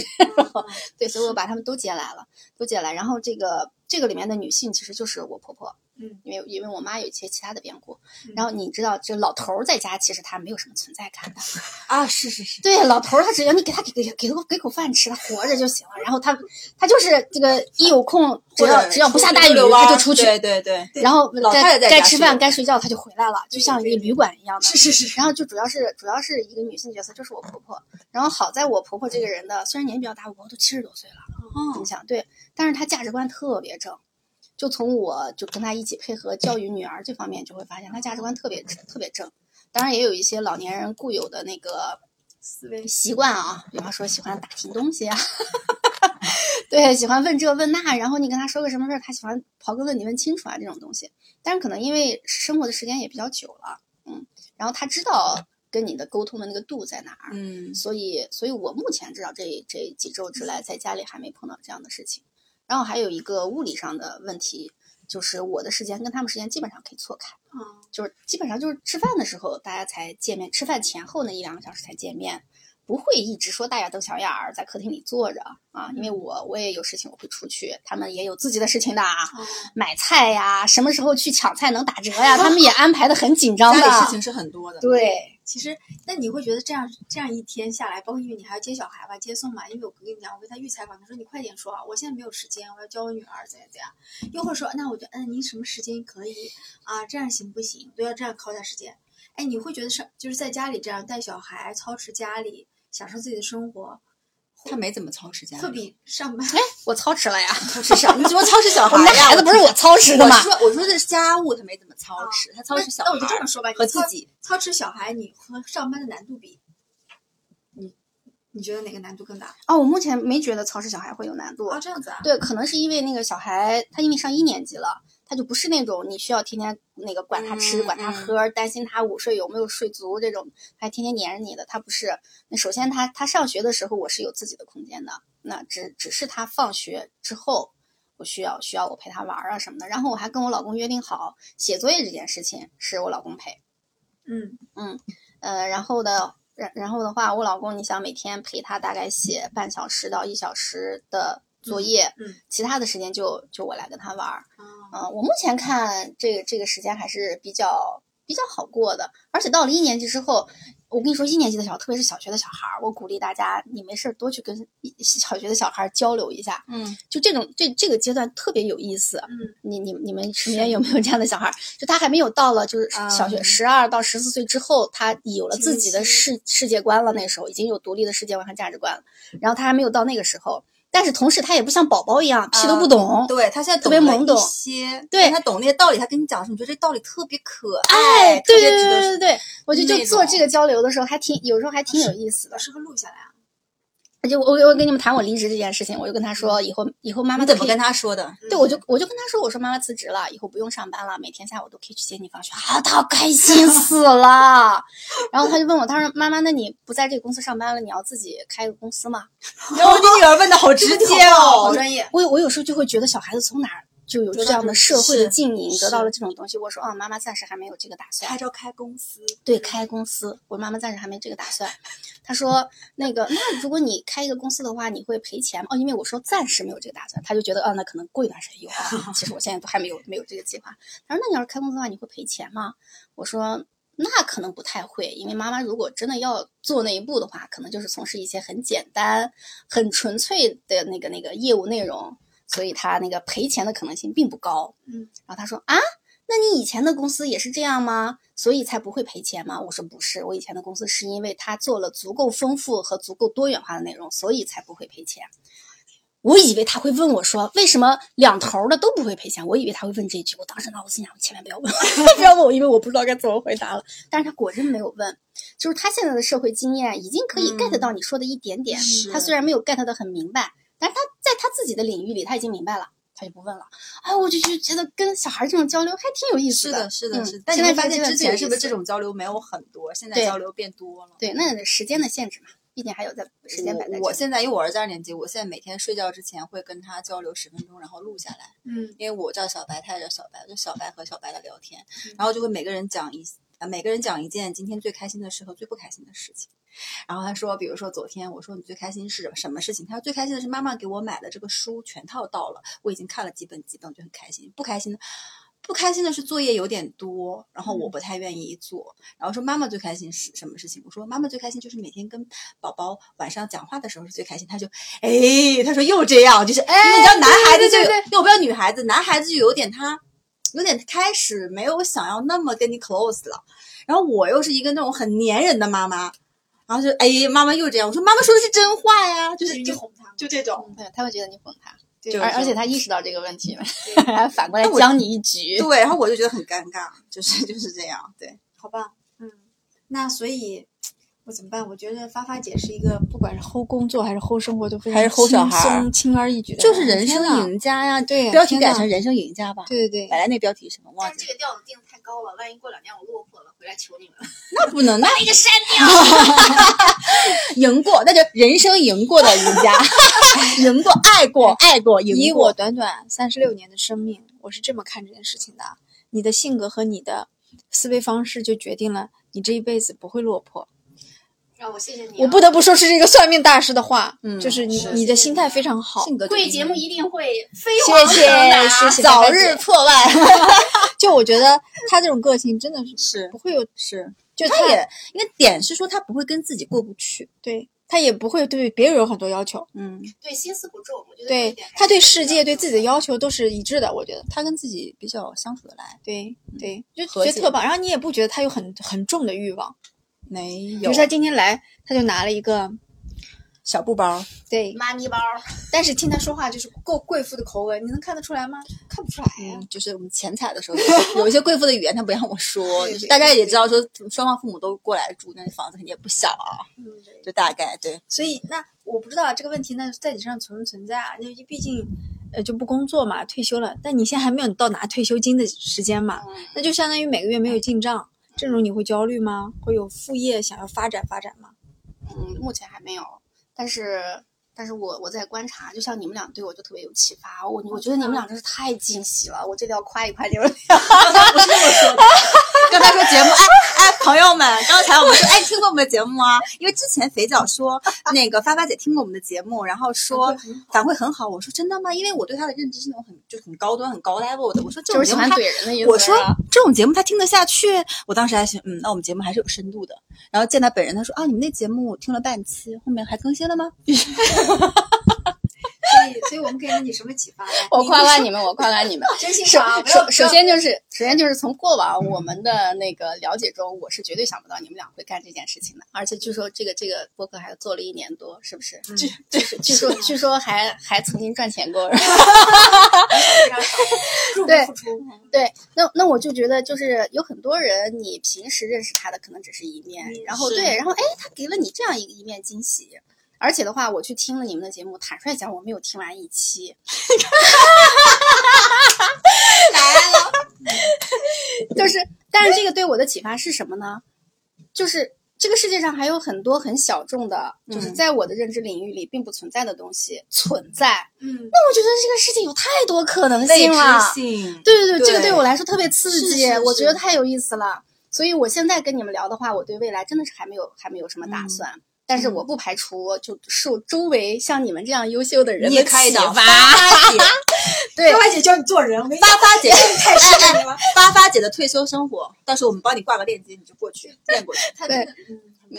[SPEAKER 3] 哦
[SPEAKER 2] 嗯
[SPEAKER 4] 对，所以我把他们都接来了，都接来。然后这个这个里面的女性其实就是我婆婆，
[SPEAKER 2] 嗯，
[SPEAKER 4] 因为因为我妈有一些其他的变故。
[SPEAKER 2] 嗯
[SPEAKER 4] 然后你知道，这老头儿在家其实他没有什么存在感的。
[SPEAKER 3] 啊，是是是，
[SPEAKER 4] 对，老头儿他只要你给他给给给口给口饭吃，他活着就行了。然后他他就是这个一有空，只
[SPEAKER 3] 或
[SPEAKER 4] 要
[SPEAKER 3] 者
[SPEAKER 4] 只要不下大
[SPEAKER 3] 出去
[SPEAKER 4] 雨
[SPEAKER 3] 遛遛弯
[SPEAKER 4] 他
[SPEAKER 3] 儿
[SPEAKER 4] 就出去，
[SPEAKER 3] 对对对，
[SPEAKER 4] 然后
[SPEAKER 3] 老
[SPEAKER 4] 该
[SPEAKER 3] 太太在
[SPEAKER 4] 该
[SPEAKER 3] 家
[SPEAKER 4] 吃
[SPEAKER 3] 是
[SPEAKER 4] 饭
[SPEAKER 3] 有
[SPEAKER 4] 该睡觉他就回来了，就
[SPEAKER 2] 对
[SPEAKER 4] 像一
[SPEAKER 2] 对
[SPEAKER 4] 旅馆一样的。
[SPEAKER 2] 是是是，
[SPEAKER 4] 然后就主要是主要是一个女性角色，就是我婆婆。然后好在我婆婆这个人呢，虽然年纪比较大，我婆婆都七十多岁了，你
[SPEAKER 3] 嗯
[SPEAKER 4] 想对，但是她价值观特别正。就从我就跟她一起配合教育女儿这方面，就会发现她价值观特别特别正。当然也有一些老年人固有的那个
[SPEAKER 2] 思维
[SPEAKER 4] 习惯啊，比方说喜欢打听东西啊， 对，喜欢问这问那，然后你跟他说个什么事儿，他喜欢刨根问底问清楚啊这种东西。但是可能因为生活的时间也比较久了，嗯，然后他知道跟你的沟通的那个度在哪儿，
[SPEAKER 3] 嗯，
[SPEAKER 4] 所以，所以我目前至少这这几周之来，在家里还没碰到这样的事情。然后还有一个物理上的问题，就是我的时间跟他们时间基本上可以错开。
[SPEAKER 3] 嗯
[SPEAKER 2] 啊，
[SPEAKER 4] 就是基本上就是吃饭的时候大家才见面，吃饭前后那一两个小时才见面，不会一直说大眼瞪小眼儿在客厅里坐着啊，因为
[SPEAKER 3] 嗯
[SPEAKER 4] 我我也有事情我会出去，他们也有自己的事情的啊，
[SPEAKER 2] 哦
[SPEAKER 4] 买菜呀，什么时候去抢菜能打折呀，他们也安排的很紧张
[SPEAKER 3] 家里事
[SPEAKER 4] 的，
[SPEAKER 3] 情是很多的，
[SPEAKER 4] 对，
[SPEAKER 2] 其实，那你会觉得这样这样一天下来，包括因为你还要接小孩吧、接送嘛，因为我跟你讲，我跟他预采访，他说你快点说啊，我现在没有时间，我要教我女儿怎样怎样。又或者说，那我就嗯，您什么时间可以啊？这样行不行？都要这样考点时间。哎，你会觉得是就是在家里这样带小孩、操持家里、享受自己的生活，
[SPEAKER 3] 他没怎么操持家里，
[SPEAKER 2] 会比上班
[SPEAKER 4] 哎，我操持了呀，
[SPEAKER 3] 操持 小，你怎么操持小
[SPEAKER 4] 我们
[SPEAKER 3] 孩
[SPEAKER 4] 家
[SPEAKER 3] 呀？
[SPEAKER 4] 孩子不是我操持的
[SPEAKER 3] 我
[SPEAKER 4] 吗？
[SPEAKER 3] 说我说的哦是家务，他没怎么操持，他操
[SPEAKER 2] 那
[SPEAKER 3] 持小
[SPEAKER 2] 那
[SPEAKER 3] 孩
[SPEAKER 2] 我就这么说吧，你
[SPEAKER 3] 和自
[SPEAKER 2] 操
[SPEAKER 3] 己。
[SPEAKER 2] 操持小孩，你和上班的难度比，你你觉得哪个难度更大？
[SPEAKER 4] 哦，我目前没觉得操持小孩会有难度，
[SPEAKER 2] 哦，这样子啊，
[SPEAKER 4] 对，可能是因为那个小孩他因为上一年级了，他就不是那种你需要天天那个管他吃、
[SPEAKER 3] 嗯
[SPEAKER 4] 管他喝、担心他午睡有没有睡足这种，还天天黏着你的，他不是。那首先他他上学的时候我是有自己的空间的，那只只是他放学之后。我需要需要我陪他玩儿啊什么的，然后我还跟我老公约定好写作业这件事情是我老公陪，
[SPEAKER 2] 嗯，
[SPEAKER 4] 呃，然后的，然然后的话，我老公，你想每天陪他大概写半小时到一小时的作业，
[SPEAKER 2] 嗯嗯
[SPEAKER 4] 其他的时间就就我来跟他玩儿。
[SPEAKER 2] 啊
[SPEAKER 4] 嗯、我目前看这个这个时间还是比较比较好过的，而且到了一年级之后，我跟你说，一年级的小，特别是小学的小孩儿，我鼓励大家，你没事儿多去跟一小学的小孩儿交流一下，
[SPEAKER 3] 嗯，
[SPEAKER 4] 就这种这这个阶段特别有意思。
[SPEAKER 2] 嗯。
[SPEAKER 4] 你你你们身边有没有这样的小孩儿？就他还没有到了就是小学
[SPEAKER 3] 嗯
[SPEAKER 4] 十二到十四岁之后，他有了
[SPEAKER 2] 青
[SPEAKER 4] 自己的
[SPEAKER 2] 春期
[SPEAKER 4] 世世界观了，那时候已经有独立的世界观和价值观了。然后他还没有到那个时候，但是同时他也不像宝宝一样屁都不懂。
[SPEAKER 3] 嗯对他现在
[SPEAKER 4] 特别
[SPEAKER 3] 懂了
[SPEAKER 4] 懵懂
[SPEAKER 3] 一些，
[SPEAKER 4] 对
[SPEAKER 3] 但他懂那些道理，他跟你讲的时候，你觉得这道理特别可爱，
[SPEAKER 4] 哎，
[SPEAKER 3] 特
[SPEAKER 4] 对
[SPEAKER 3] 别
[SPEAKER 4] 对
[SPEAKER 3] 值
[SPEAKER 4] 对
[SPEAKER 3] 得
[SPEAKER 4] 对对，我就就
[SPEAKER 3] 那
[SPEAKER 4] 做
[SPEAKER 3] 种
[SPEAKER 4] 这个交流的时候，还挺有时候还挺有意思的
[SPEAKER 2] 老。师会录下来啊。
[SPEAKER 4] 而且我我我跟你们谈我离职这件事情，我就跟他说，以后以后妈妈
[SPEAKER 3] 你怎么
[SPEAKER 4] 可以
[SPEAKER 3] 跟他说的？
[SPEAKER 4] 对，我就我就跟他说，我说妈妈辞职了，以后不用上班了，每天下午都可以去接你放学，啊，他开 心死了。然后他就问我，他说妈妈，那你不在这个公司上班了，你要自己开个公司吗？
[SPEAKER 3] 然后你女儿问的好直接
[SPEAKER 2] 好
[SPEAKER 3] 哦，
[SPEAKER 2] 专业。
[SPEAKER 4] 我有我有时候就会觉得小孩子从哪儿就有这样的社会的经营，
[SPEAKER 3] 是
[SPEAKER 4] 得到了这种东西。我说啊，妈妈暂时还没有这个打算。
[SPEAKER 3] 着开公司，
[SPEAKER 4] 对，开公司，我妈妈暂时还没这个打算。她说，那个，那如果你开一个公司的话，你会赔钱吗？哦，因为我说暂时没有这个打算，她就觉得，哦，那可能过一段时间有啊。其实我现在都还没有没有这个计划。她说，那你要是开公司的话，你会赔钱吗？我说，那可能不太会，因为妈妈如果真的要做那一步的话，可能就是从事一些很简单、很纯粹的那个那个业务内容，所以她那个赔钱的可能性并不高。
[SPEAKER 2] 嗯，
[SPEAKER 4] 然后她说啊。那你以前的公司也是这样吗？所以才不会赔钱吗？我说不是，我以前的公司是因为他做了足够丰富和足够多元化的内容，所以才不会赔钱。我以为他会问我说为什么两头儿的都不会赔钱，我以为他会问这一句。我当时脑子心想，千万不要问， 不要问我，因为我不知道该怎么回答了。但是他果真没有问，就是他现在的社会经验已经可以
[SPEAKER 3] 嗯
[SPEAKER 4] get 到你说的一点点。
[SPEAKER 3] 是
[SPEAKER 4] 他虽然没有 get 的很明白，但是他在他自己的领域里他已经明白了，他就不问了。哎，我就就觉得跟小孩这种交流还挺有意思
[SPEAKER 3] 是
[SPEAKER 4] 的，
[SPEAKER 3] 的，是的，
[SPEAKER 4] 嗯
[SPEAKER 3] 是的。但你
[SPEAKER 4] 现在
[SPEAKER 3] 会
[SPEAKER 4] 觉
[SPEAKER 3] 发
[SPEAKER 4] 得
[SPEAKER 3] 现
[SPEAKER 4] 真的
[SPEAKER 3] 之
[SPEAKER 4] 有
[SPEAKER 3] 前
[SPEAKER 4] 意
[SPEAKER 3] 是不是
[SPEAKER 4] 思
[SPEAKER 3] 这种交流没有很多，现在
[SPEAKER 4] 对
[SPEAKER 3] 交流变多了？
[SPEAKER 4] 对，那得时间的限制嘛，毕竟还有在时间摆在这里
[SPEAKER 3] 我我现在因为我儿子二年级，我现在每天睡觉之前会跟他交流十分钟，然后录下来。
[SPEAKER 2] 嗯
[SPEAKER 3] 因为我叫小白，他也叫小白，就小白和小白的聊天
[SPEAKER 2] 嗯，
[SPEAKER 3] 然后就会每个人讲一。呃每个人讲一件今天最开心的事和最不开心的事情。然后他说，比如说昨天我说你最开心是什么事情？他说最开心的是妈妈给我买的这个书全套到了，我已经看了几本几本，我就很开心。不开心的。不开心的是作业有点多，然后我不太愿意做。然后说妈妈最开心是什么事情？我说妈妈最开心就是每天跟宝宝晚上讲话的时候是最开心。他就哎，他说又这样，就是哎，因为你知道男孩子就
[SPEAKER 4] 对对
[SPEAKER 3] 有，又不要女孩子，男孩子就有点他有点开始没有想要那么跟你 close 了。然后我又是一个那种很粘人的妈妈，然后就哎，妈妈又这样。我说妈妈说的是真话呀，就是
[SPEAKER 2] 你
[SPEAKER 3] 就
[SPEAKER 2] 哄他们，嗯
[SPEAKER 3] 就这种。
[SPEAKER 4] 对，他会觉得你哄他，
[SPEAKER 2] 对
[SPEAKER 4] 而
[SPEAKER 3] 是
[SPEAKER 4] 而且他意识到这个问题了，
[SPEAKER 2] 对
[SPEAKER 4] 还反过来
[SPEAKER 3] 那我
[SPEAKER 4] 将你一局。
[SPEAKER 3] 对，然后我就觉得很尴尬，就是就是这样，对。
[SPEAKER 2] 好吧，嗯，那所以。我怎么办？我觉得发发姐是一个，不管是齁工作还是齁生活，都非常
[SPEAKER 3] 还是齁小孩儿
[SPEAKER 2] 轻松轻而易举的。
[SPEAKER 3] 就是人生
[SPEAKER 2] 天哪
[SPEAKER 3] 赢家呀，
[SPEAKER 2] 对呀
[SPEAKER 3] 标题
[SPEAKER 2] 天哪
[SPEAKER 3] 改成人生赢家吧。
[SPEAKER 2] 对对
[SPEAKER 3] 本
[SPEAKER 2] 对，
[SPEAKER 3] 来那标题什么忘
[SPEAKER 5] 但是
[SPEAKER 3] 记
[SPEAKER 5] 这
[SPEAKER 3] 了？
[SPEAKER 5] 个调子定的太高了，万一过两年我落魄了，回来求你们。
[SPEAKER 3] 那不能，那一个 删掉。赢过，那就人生赢过的赢家， 赢过，爱过，爱过，
[SPEAKER 2] 以
[SPEAKER 3] 赢
[SPEAKER 2] 我
[SPEAKER 3] 过。
[SPEAKER 2] 短短三十六年的生命，我是这么看这件事情的：啊你的性格和你的思维方式就决定了你这一辈子不会落魄。
[SPEAKER 5] 让我谢谢你、啊。
[SPEAKER 2] 我不得不说是这个算命大师的话，
[SPEAKER 3] 嗯
[SPEAKER 2] 就是你
[SPEAKER 5] 是
[SPEAKER 2] 你的心态非常好，
[SPEAKER 3] 性格
[SPEAKER 5] 贵
[SPEAKER 3] 就
[SPEAKER 5] 节目一定会飞
[SPEAKER 2] 谢
[SPEAKER 5] 黄
[SPEAKER 2] 谢
[SPEAKER 5] 腾达。
[SPEAKER 2] 谢谢，
[SPEAKER 3] 早日破万
[SPEAKER 2] 就我觉得他这种个性真的是
[SPEAKER 3] 是
[SPEAKER 2] 不会有，
[SPEAKER 3] 是，
[SPEAKER 2] 就
[SPEAKER 3] 他也应该点是说他不会跟自己过不去，
[SPEAKER 2] 对他也不会对别人有很多要求，
[SPEAKER 3] 嗯，
[SPEAKER 5] 对，心思不重，我觉得这一
[SPEAKER 2] 对
[SPEAKER 5] 点还
[SPEAKER 2] 他
[SPEAKER 5] 是
[SPEAKER 2] 对
[SPEAKER 5] 挺
[SPEAKER 2] 世界
[SPEAKER 5] 重
[SPEAKER 2] 对自己的要求都是一致的，我觉得。
[SPEAKER 3] 他跟自己比较相处得来，
[SPEAKER 2] 对对，就
[SPEAKER 3] 嗯和
[SPEAKER 2] 觉得
[SPEAKER 3] 解
[SPEAKER 2] 特棒，然后你也不觉得他有很很重的欲望。
[SPEAKER 3] 没
[SPEAKER 2] 比
[SPEAKER 3] 有
[SPEAKER 2] 如说他今天来，他就拿了一个
[SPEAKER 3] 小布包，
[SPEAKER 2] 对
[SPEAKER 5] 妈咪包，
[SPEAKER 2] 但是听他说话就是够贵妇的口吻，你能看得出来吗？看不出来啊呀、
[SPEAKER 3] 嗯，就是我们前采的时候，有一些有一些贵妇的语言，她不让我说，
[SPEAKER 2] 对
[SPEAKER 3] 就是
[SPEAKER 2] 对
[SPEAKER 3] 大家
[SPEAKER 2] 对
[SPEAKER 3] 也知道说双方父母都过来住，那房子肯定也不小啊，
[SPEAKER 2] 嗯，对。
[SPEAKER 3] 就大概对，
[SPEAKER 2] 所以那我不知道这个问题，那在你身上存不存在啊？那毕竟，呃，就不工作嘛，退休了，但你现在还没有到拿退休金的时间嘛，那就相当于每个月没有进账，这种你会焦虑吗？会有副业想要发展发展吗？
[SPEAKER 4] 嗯，目前还没有，但是。但是我我在观察，就像你们俩对我就特别有启发，我我觉得你们俩真是太惊喜了，我这里要夸一夸你们俩。
[SPEAKER 3] 刚才说节目，哎哎，朋友们，刚才我们说，哎，听过我们的节目啊？因为之前肥脚 说那个发发姐听过我们的节目，然后说反馈很好。我说真的吗？因为我对她的认知是那种很就是很高端、很高 level 的。我说这种
[SPEAKER 4] 就是喜
[SPEAKER 3] 节目
[SPEAKER 4] 欢
[SPEAKER 3] 她
[SPEAKER 4] 怼啊人的意思。
[SPEAKER 3] 我说这种节目她听得下去？我当时还想，嗯，那我们节目还是有深度的。然后见她本人，她说啊，你们那节目我听了半期，后面还更新了吗？
[SPEAKER 2] 所以，所以我们给了你什么启发呢？
[SPEAKER 4] 我夸夸你们，我夸夸你们。
[SPEAKER 2] 真心
[SPEAKER 4] 首
[SPEAKER 2] 话啊，不要
[SPEAKER 4] 首首，先就是首先就是从过往我们的那个了解中，我是绝对想不到你们俩会干这件事情的。而且据说这个这个播客还做了一年多，是不是？据 就是据说据说还还曾经赚钱过。
[SPEAKER 2] 非 常少，入
[SPEAKER 4] 对
[SPEAKER 2] 不敷出，
[SPEAKER 4] 对，那那我就觉得，就是有很多人，你平时认识他的可能只是一面，然后
[SPEAKER 5] 是
[SPEAKER 4] 对，然后哎，他给了你这样一个一面惊喜。而且的话，我去听了你们的节目，坦率讲，我没有听完一期。来了，就是，但是这个对我的启发是什么呢？就是这个世界上还有很多很小众的，就是
[SPEAKER 3] 嗯
[SPEAKER 4] 在我的认知领域里并不存在的东西存在。
[SPEAKER 2] 嗯，
[SPEAKER 4] 那我觉得这个世界有太多可能性了。
[SPEAKER 3] 性
[SPEAKER 4] 对对对，这个
[SPEAKER 3] 对
[SPEAKER 4] 对我来说特别刺激，
[SPEAKER 3] 是是
[SPEAKER 4] 我觉
[SPEAKER 3] 是
[SPEAKER 4] 得太有意思了。所以我现在跟你们聊的话，我对未来真的是还没有还没有什么
[SPEAKER 3] 嗯
[SPEAKER 4] 打算，但是我不排除就受周围像你们这样优秀的人
[SPEAKER 3] 你
[SPEAKER 4] 的
[SPEAKER 3] 也开
[SPEAKER 4] 启
[SPEAKER 3] 一档
[SPEAKER 4] 发。
[SPEAKER 3] 发姐，
[SPEAKER 4] 对
[SPEAKER 2] 发姐教你做人，我跟你
[SPEAKER 3] 发发姐，
[SPEAKER 2] 太适
[SPEAKER 3] 哎
[SPEAKER 2] 合你了。
[SPEAKER 3] 发发姐的退休生活，到时候我们帮你挂个链接，你就过去练过去。
[SPEAKER 4] 对
[SPEAKER 2] 嗯
[SPEAKER 3] 她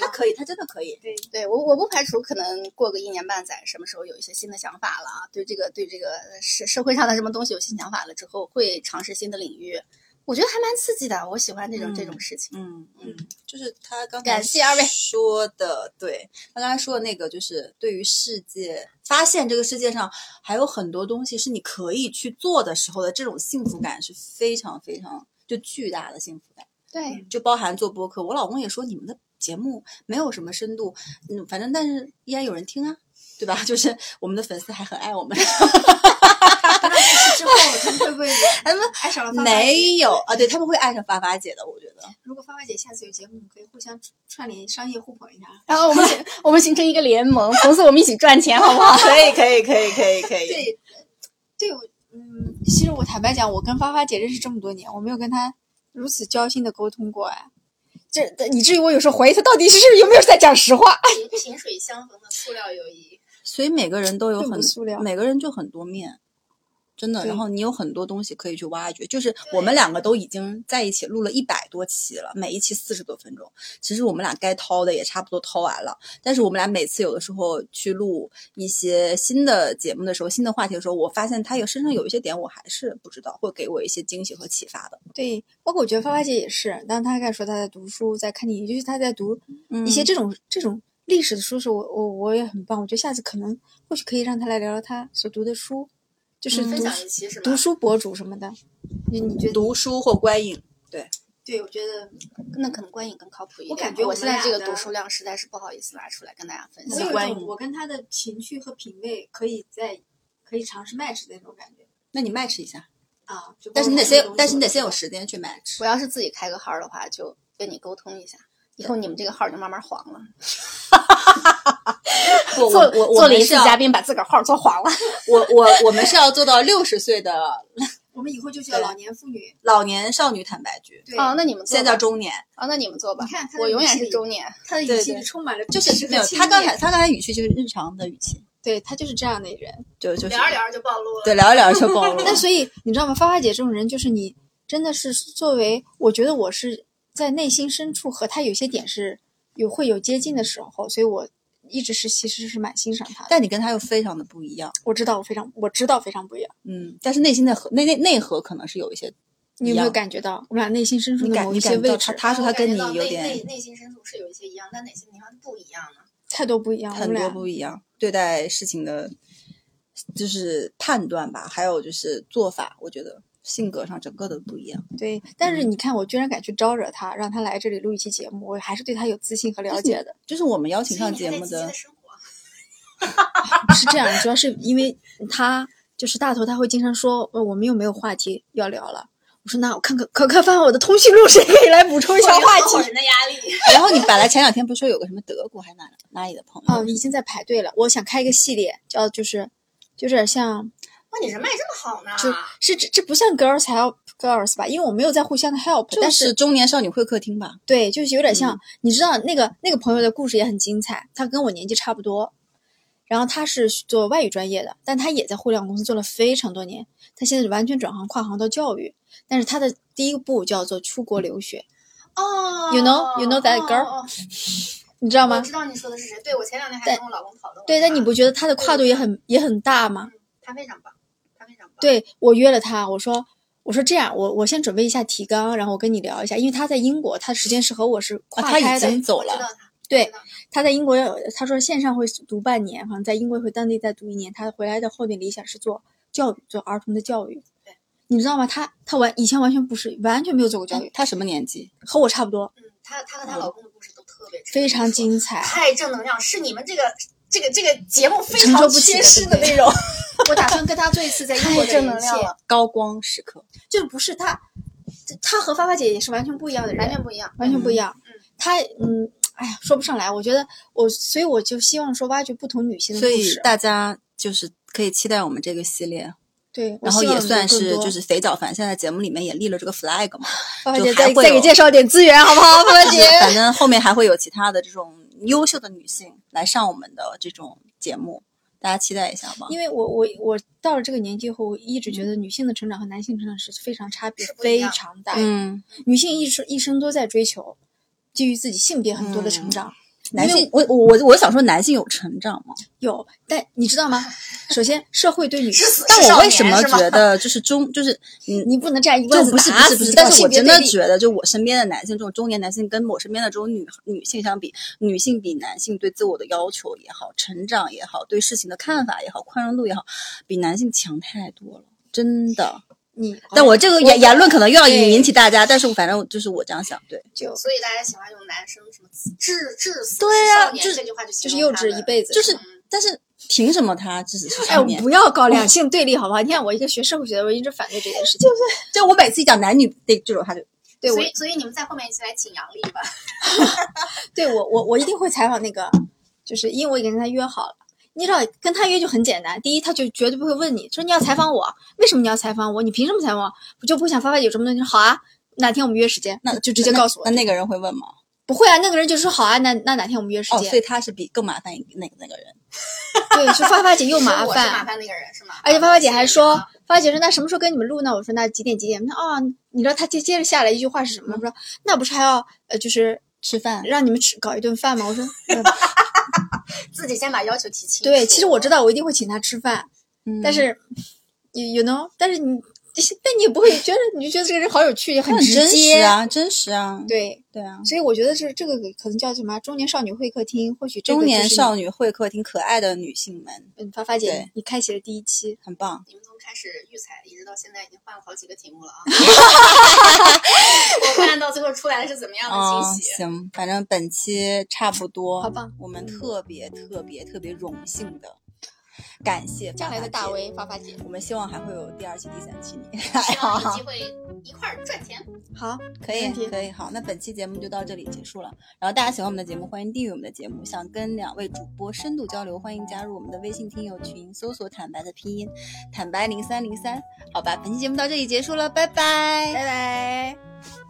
[SPEAKER 3] 嗯可以，她真的可以。
[SPEAKER 4] 对，我我不排除可能过个一年半载，什么时候有一些新的想法了啊，对这个对这个社社会上的什么东西有新想法了之后，会尝试新的领域。我觉得还蛮刺激的，我喜欢这种、这种
[SPEAKER 3] 嗯
[SPEAKER 4] 事情。
[SPEAKER 3] 嗯，嗯，就是他刚才
[SPEAKER 4] 感谢二位
[SPEAKER 3] 说的，对他刚才说的那个，就是对于世界发现这个世界上还有很多东西是你可以去做的时候的这种幸福感是非常非常就巨大的幸福感，
[SPEAKER 4] 对，
[SPEAKER 3] 就包含做播客。我老公也说你们的节目没有什么深度，嗯，反正但是依然有人听啊，对吧？ 就是我们的粉丝还很爱我们。
[SPEAKER 2] 之后他们会 不会
[SPEAKER 3] 他
[SPEAKER 4] 哎
[SPEAKER 3] 们
[SPEAKER 2] 爱上了发发姐？
[SPEAKER 3] 没有啊，对他们会爱上发发姐的，我觉得。
[SPEAKER 2] 如果发发姐下次有节目，我们可以互相串联商业互捧一下。
[SPEAKER 4] 然后我们形我们形成一个联盟，从此我们一起赚钱，好不 好？
[SPEAKER 3] 可以，可以，可以，可以，可以。
[SPEAKER 2] 对，对我，嗯，其实我坦白讲，我跟发发姐认识这么多年，我没有跟她如此交心的沟通过哎。
[SPEAKER 3] 这以至于我有时候怀疑他到底是有没有在讲实话。
[SPEAKER 5] 萍萍水相逢的塑料友谊，
[SPEAKER 3] 所以每个人都有
[SPEAKER 4] 并不
[SPEAKER 3] 很
[SPEAKER 4] 塑料
[SPEAKER 3] 每个人就很多面，真的。然
[SPEAKER 4] 对
[SPEAKER 3] 后你有很多东西可以去挖掘。就是我们两个都已经在一起录了一百多期了，每一期四十多分钟。其实我们俩该掏的也差不多掏完了，但是我们俩每次有的时候去录一些新的节目的时候，新的话题的时候，我发现他有身上有一些点我还是不知道，会给我一些惊喜和启发的。
[SPEAKER 4] 对，
[SPEAKER 3] 包括我觉得
[SPEAKER 2] 发发姐也是，当她开始说她在读书，在看电影，就是她在读
[SPEAKER 3] 嗯
[SPEAKER 2] 一些这种、这种历史的书时，我我我也很棒。我觉得下次可能或许可以让她来聊聊她所读的书，就是
[SPEAKER 3] 嗯
[SPEAKER 2] 读
[SPEAKER 5] 分
[SPEAKER 2] 书、
[SPEAKER 5] 享一期是吧
[SPEAKER 2] 读？书博主什么的。你你觉得？
[SPEAKER 3] 读书或观影，
[SPEAKER 5] 对，我觉得
[SPEAKER 4] 那可能观影更靠谱一点。
[SPEAKER 2] 我感觉我
[SPEAKER 4] 我
[SPEAKER 2] 们
[SPEAKER 4] 现在
[SPEAKER 2] 俩
[SPEAKER 4] 这个
[SPEAKER 2] 的
[SPEAKER 4] 读书量实在是不好意思拿出来跟大家
[SPEAKER 5] 嗯
[SPEAKER 4] 分
[SPEAKER 2] 我
[SPEAKER 4] 享
[SPEAKER 2] 有。
[SPEAKER 3] 观
[SPEAKER 2] 一
[SPEAKER 3] 影
[SPEAKER 2] 种我跟她的情趣和品味可以在可以尝试 match 的那种感觉
[SPEAKER 3] 那你 match 一下，
[SPEAKER 2] 啊。就
[SPEAKER 3] 但是你
[SPEAKER 2] 包
[SPEAKER 3] 得
[SPEAKER 2] 括这
[SPEAKER 3] 先
[SPEAKER 5] 哦
[SPEAKER 2] 种，
[SPEAKER 3] 但是你得
[SPEAKER 2] 东西
[SPEAKER 3] 先有时间去 match
[SPEAKER 4] 我。要是自己开个号儿的话，就跟你沟通一下。以后你们这个号儿就慢慢黄了。
[SPEAKER 3] 做
[SPEAKER 4] 做做了一次嘉
[SPEAKER 3] 宾。
[SPEAKER 4] 宾，把自个儿号儿做黄了。
[SPEAKER 3] 我我我们是要做到六十岁的
[SPEAKER 2] 我们以后就叫
[SPEAKER 3] 对
[SPEAKER 2] 老年妇女。
[SPEAKER 3] 老年少女坦白局，
[SPEAKER 2] 对，
[SPEAKER 4] 哦，那你们做
[SPEAKER 3] 现在叫
[SPEAKER 4] 吧
[SPEAKER 3] 中年，
[SPEAKER 4] 哦，那你们做吧。
[SPEAKER 2] 你看他的
[SPEAKER 4] 我永
[SPEAKER 2] 语
[SPEAKER 4] 远
[SPEAKER 2] 气
[SPEAKER 4] 是
[SPEAKER 2] 里
[SPEAKER 4] 中年。
[SPEAKER 2] 她的语
[SPEAKER 3] 对
[SPEAKER 2] 气
[SPEAKER 3] 对
[SPEAKER 2] 里充满了
[SPEAKER 3] 就是没有他刚才他刚才语气就是日常的语气，
[SPEAKER 2] 对她就是这样的人。
[SPEAKER 3] 就就是
[SPEAKER 5] 聊着聊着就暴露了。
[SPEAKER 3] 对聊一聊就 暴露了
[SPEAKER 2] 那。所以你知道吗？发发姐这种人，就是你真的是作为，我觉得我是在内心深处和她有些点是有会有接近的时候，所以我一直是其实是蛮欣赏她的。
[SPEAKER 3] 但你跟他又非常的不一样，
[SPEAKER 2] 我知道我非常，我知道非常不一样。
[SPEAKER 3] 嗯，但是内心的和内内内核可能是有一些，
[SPEAKER 2] 你有没
[SPEAKER 3] 一
[SPEAKER 2] 有
[SPEAKER 3] 样
[SPEAKER 2] 感觉到我们俩内心深处
[SPEAKER 3] 你
[SPEAKER 2] 的
[SPEAKER 3] 感
[SPEAKER 2] 某
[SPEAKER 3] 你
[SPEAKER 2] 一些
[SPEAKER 3] 感觉到
[SPEAKER 2] 位
[SPEAKER 3] 他，
[SPEAKER 2] 置
[SPEAKER 3] 他说他跟你
[SPEAKER 5] 我感觉
[SPEAKER 3] 有
[SPEAKER 5] 到内内
[SPEAKER 3] 点
[SPEAKER 5] 内心深处是有一些一样，但哪些地方不一样呢？
[SPEAKER 2] 太多不
[SPEAKER 5] 啊
[SPEAKER 2] 一样？我
[SPEAKER 3] 很
[SPEAKER 2] 们
[SPEAKER 3] 多
[SPEAKER 2] 俩
[SPEAKER 3] 不一样，对待事情的，就是判断吧，还有就是做法，我觉得性格上整个都不一样。
[SPEAKER 2] 对，但是
[SPEAKER 3] 嗯
[SPEAKER 2] 你看，我居然敢去招惹她，让她来这里录一期节目，我还是对她有自信和了解的。
[SPEAKER 3] 就是我们邀请
[SPEAKER 5] 所以
[SPEAKER 3] 上
[SPEAKER 5] 你
[SPEAKER 3] 节
[SPEAKER 5] 还在
[SPEAKER 3] 目
[SPEAKER 5] 积极地
[SPEAKER 3] 的，
[SPEAKER 5] 生活，
[SPEAKER 2] 是这样，主要是因为他就是大头，他会经常说，呃，我们又没有话题要聊了。我说那我看看，可看翻我的通讯录，谁可以来补充一下
[SPEAKER 5] 有
[SPEAKER 2] 话
[SPEAKER 5] 合伙
[SPEAKER 2] 题？
[SPEAKER 5] 人的压力。
[SPEAKER 3] 然后你本来前两天不是说有个什么德国还是哪哪里的朋友，
[SPEAKER 2] 嗯，已经在排队了。我想开一个系列，叫就是，就有点像，
[SPEAKER 5] 哇，你人脉这么好呢？
[SPEAKER 3] 啊
[SPEAKER 2] 就是这这不像 girls help girls 吧？因为我没有在互相的 help，
[SPEAKER 3] 就
[SPEAKER 2] 但
[SPEAKER 3] 是中年少女会客厅吧？
[SPEAKER 2] 对，就是有点像，
[SPEAKER 3] 嗯
[SPEAKER 2] 你知道那个那个朋友的故事也很精彩，他跟我年纪差不多，然后他是做外语专业的，但他也在互联网公司做了非常多年，他现在完全转行跨行到教育，但是他的第一步叫做出国留学，
[SPEAKER 5] 哦
[SPEAKER 2] You know- you know that girl？
[SPEAKER 5] 哦哦
[SPEAKER 2] 你知道
[SPEAKER 5] 我
[SPEAKER 2] 吗
[SPEAKER 3] 哦
[SPEAKER 5] 知？道你说的是谁。对我前两天还
[SPEAKER 2] 但
[SPEAKER 5] 跟我老公讨论过他。
[SPEAKER 2] 对，但你不觉得他的跨度也很也很大吗？
[SPEAKER 5] 他非常棒，他非常棒。
[SPEAKER 2] 对我约了他，我说我说这样，我我先准备一下提纲，然后我跟你聊一下，因为他在英国，他时间是和我是
[SPEAKER 3] 啊，
[SPEAKER 2] 跨
[SPEAKER 3] 他
[SPEAKER 2] 开的，
[SPEAKER 3] 已经走
[SPEAKER 5] 我知
[SPEAKER 3] 了，嗯
[SPEAKER 5] 道他。
[SPEAKER 2] 对
[SPEAKER 5] 知道，
[SPEAKER 2] 他在英国要，他说线上会读半年，好像在英国会当地再读一年。他回来的后面理想是做教育，做儿童的教育
[SPEAKER 5] 对。
[SPEAKER 2] 你知道吗？他他完以前完全不是，完全没有做过教育，
[SPEAKER 3] 他什么年纪？
[SPEAKER 2] 和我差不多，
[SPEAKER 5] 嗯，她她和她老公的故事都特别值得
[SPEAKER 2] 非常
[SPEAKER 5] 说
[SPEAKER 2] 精彩。
[SPEAKER 5] 太正能量，是你们这个这个这个节目非
[SPEAKER 2] 承受
[SPEAKER 5] 常
[SPEAKER 2] 不起
[SPEAKER 5] 缺
[SPEAKER 2] 的
[SPEAKER 5] 失的
[SPEAKER 2] 对
[SPEAKER 5] 内容。
[SPEAKER 4] 我打算跟他做一次在英国
[SPEAKER 2] 太
[SPEAKER 4] 的
[SPEAKER 2] 正
[SPEAKER 4] 连
[SPEAKER 2] 能量
[SPEAKER 4] 线
[SPEAKER 2] 了，
[SPEAKER 3] 高光时刻，
[SPEAKER 2] 就是不是他，他和发发姐也是完全不一样的人，
[SPEAKER 4] 完全不一样。
[SPEAKER 2] 完全不一样。
[SPEAKER 5] 嗯
[SPEAKER 2] 他嗯，哎呀，说不上来。我觉得我，所以我就希望说挖掘不同女性的
[SPEAKER 3] 所
[SPEAKER 2] 故
[SPEAKER 3] 以
[SPEAKER 2] 事。
[SPEAKER 3] 大家就是可以期待我们这个系列，
[SPEAKER 2] 对，我
[SPEAKER 3] 然后
[SPEAKER 2] 希望
[SPEAKER 3] 也
[SPEAKER 2] 有
[SPEAKER 3] 算
[SPEAKER 2] 更
[SPEAKER 3] 是
[SPEAKER 2] 多
[SPEAKER 3] 就是肥皂凡现在节目里面也立了这个 flag 嘛，
[SPEAKER 2] 发发
[SPEAKER 3] 就
[SPEAKER 2] 姐
[SPEAKER 3] 还
[SPEAKER 2] 再
[SPEAKER 3] 会
[SPEAKER 2] 再给
[SPEAKER 3] 有
[SPEAKER 2] 介绍点资源好啊不 好？发发姐，
[SPEAKER 3] 反正后面还会有其他的这种优秀的女性来上我们的这种节目，大家期待一下吧。
[SPEAKER 2] 因为我我我到了这个年纪后，我一直觉得女性的成长和男性成长嗯是非常差别
[SPEAKER 5] 是不一
[SPEAKER 2] 非
[SPEAKER 5] 样
[SPEAKER 2] 常大。
[SPEAKER 3] 嗯，
[SPEAKER 2] 女性一生一生都在追求基于自己性别很多的成长，
[SPEAKER 3] 男性，我我我我想说，男性有成长吗？
[SPEAKER 2] 有，但你知道吗？首先，社会对女性，
[SPEAKER 3] 但我为什么
[SPEAKER 5] 是吗
[SPEAKER 3] 觉得就是中 就是嗯
[SPEAKER 2] 你不能这样一
[SPEAKER 3] 就
[SPEAKER 2] 棍子
[SPEAKER 3] 不是不
[SPEAKER 2] 打
[SPEAKER 3] 是
[SPEAKER 2] 死
[SPEAKER 3] 不是，
[SPEAKER 2] 这
[SPEAKER 3] 但
[SPEAKER 2] 叫
[SPEAKER 3] 是我
[SPEAKER 2] 性别
[SPEAKER 3] 真的
[SPEAKER 2] 对立
[SPEAKER 3] 觉得，就我身边的男性，这种中年男性跟我身边的这种女女性相比，女性比男性对自我的要求也好，成长也好，对事情的看法也好，宽容度也好，比男性强太多了。真的，
[SPEAKER 2] 你，
[SPEAKER 3] 但我这个言言论可能又要
[SPEAKER 2] 哦对
[SPEAKER 3] 引起大家，但是我反正就是我这样想，对，
[SPEAKER 2] 就
[SPEAKER 5] 所以大家喜欢用男生什么“至至死
[SPEAKER 3] 对呀
[SPEAKER 5] 少年”
[SPEAKER 3] 就是
[SPEAKER 5] 这句话就
[SPEAKER 2] 啊就
[SPEAKER 5] 就是嗯
[SPEAKER 2] 幼稚一辈子，
[SPEAKER 3] 就是
[SPEAKER 2] 吗
[SPEAKER 3] 但是凭什么他只是是
[SPEAKER 2] 哎，
[SPEAKER 3] 少
[SPEAKER 2] 我
[SPEAKER 3] 年？
[SPEAKER 2] 不要搞两性对立好不好？你看我一个学社会学的，我一直反对这件事情。
[SPEAKER 3] 就我每次一讲男女对这种，他就
[SPEAKER 2] 对我
[SPEAKER 5] 所以所以你们在后面一起来请杨笠吧。
[SPEAKER 2] 对我，我我一定会采访那个，就是因为我已经跟他约好了。你知道，跟他约就很简单。第一，他就绝对不会问你说你要采访我，为什么你要采访我？你凭什么采访我？我就不想发发有这么多。你说好啊，哪天我们约时间，
[SPEAKER 3] 那
[SPEAKER 2] 就直接告诉我。
[SPEAKER 3] 那那个人会问吗？
[SPEAKER 2] 不会啊，那个人就说好啊，那那哪天我们约时
[SPEAKER 3] 哦，
[SPEAKER 2] 间
[SPEAKER 3] 所。以他是比更麻烦一个那个那个人。
[SPEAKER 2] 对，就发发姐又
[SPEAKER 4] 是
[SPEAKER 2] 麻
[SPEAKER 4] 我是麻
[SPEAKER 2] 烦，
[SPEAKER 4] 烦那个人是吗？
[SPEAKER 2] 而且发发姐还说
[SPEAKER 4] 啊，
[SPEAKER 2] 发发姐说那什么时候跟你们录呢？我说那几点几点？她说哦，你知道她接接着下来一句话是什么？我说那不是还要呃，就是
[SPEAKER 3] 吃饭，
[SPEAKER 2] 让你们吃搞一顿饭吗？我说呃
[SPEAKER 4] 自己先把要求提清楚。
[SPEAKER 2] 对，其实我知道我一定会请她吃饭，
[SPEAKER 3] 嗯
[SPEAKER 2] 但是 you you know，但是你但你也不会觉得，你就觉得这个人好有趣，也
[SPEAKER 3] 他很
[SPEAKER 2] 直
[SPEAKER 3] 真实
[SPEAKER 2] 接。
[SPEAKER 3] 啊，真实啊，
[SPEAKER 2] 对，
[SPEAKER 3] 对啊。
[SPEAKER 2] 所以我觉得这这个可能叫什么啊中年少女会客厅，或许这个
[SPEAKER 3] 中年
[SPEAKER 2] 就是
[SPEAKER 3] 少女会客厅，可爱的女性们，
[SPEAKER 2] 嗯，发发姐
[SPEAKER 3] 对，
[SPEAKER 2] 你开启了第一期，
[SPEAKER 3] 很棒。
[SPEAKER 4] 你们从开始育才一直到现在，已经换了好几个题目了 啊！我看到最后出来的是怎么样的
[SPEAKER 3] 哦，
[SPEAKER 4] 惊喜？
[SPEAKER 3] 行，反正本期差不多。
[SPEAKER 2] 好棒！嗯
[SPEAKER 3] 我们特别特别特别荣幸的感谢
[SPEAKER 2] 将来的大
[SPEAKER 3] 发发姐。
[SPEAKER 2] V 发发姐，
[SPEAKER 3] 我们希望还会有第二期、第三期你。
[SPEAKER 4] 希望有机会一块儿赚钱。
[SPEAKER 2] 好，
[SPEAKER 3] 可
[SPEAKER 2] 没
[SPEAKER 3] 以
[SPEAKER 2] 问题，
[SPEAKER 3] 可以，好，那本期节目就到这里结束了。然后大家喜欢我们的节目，欢迎订阅我们的节目。想跟两位主播深度交流，欢迎加入我们的微信听友群，搜索“坦白”的拼音“坦白零三零三”。好吧，本期节目到这里结束了，拜拜
[SPEAKER 2] 拜拜。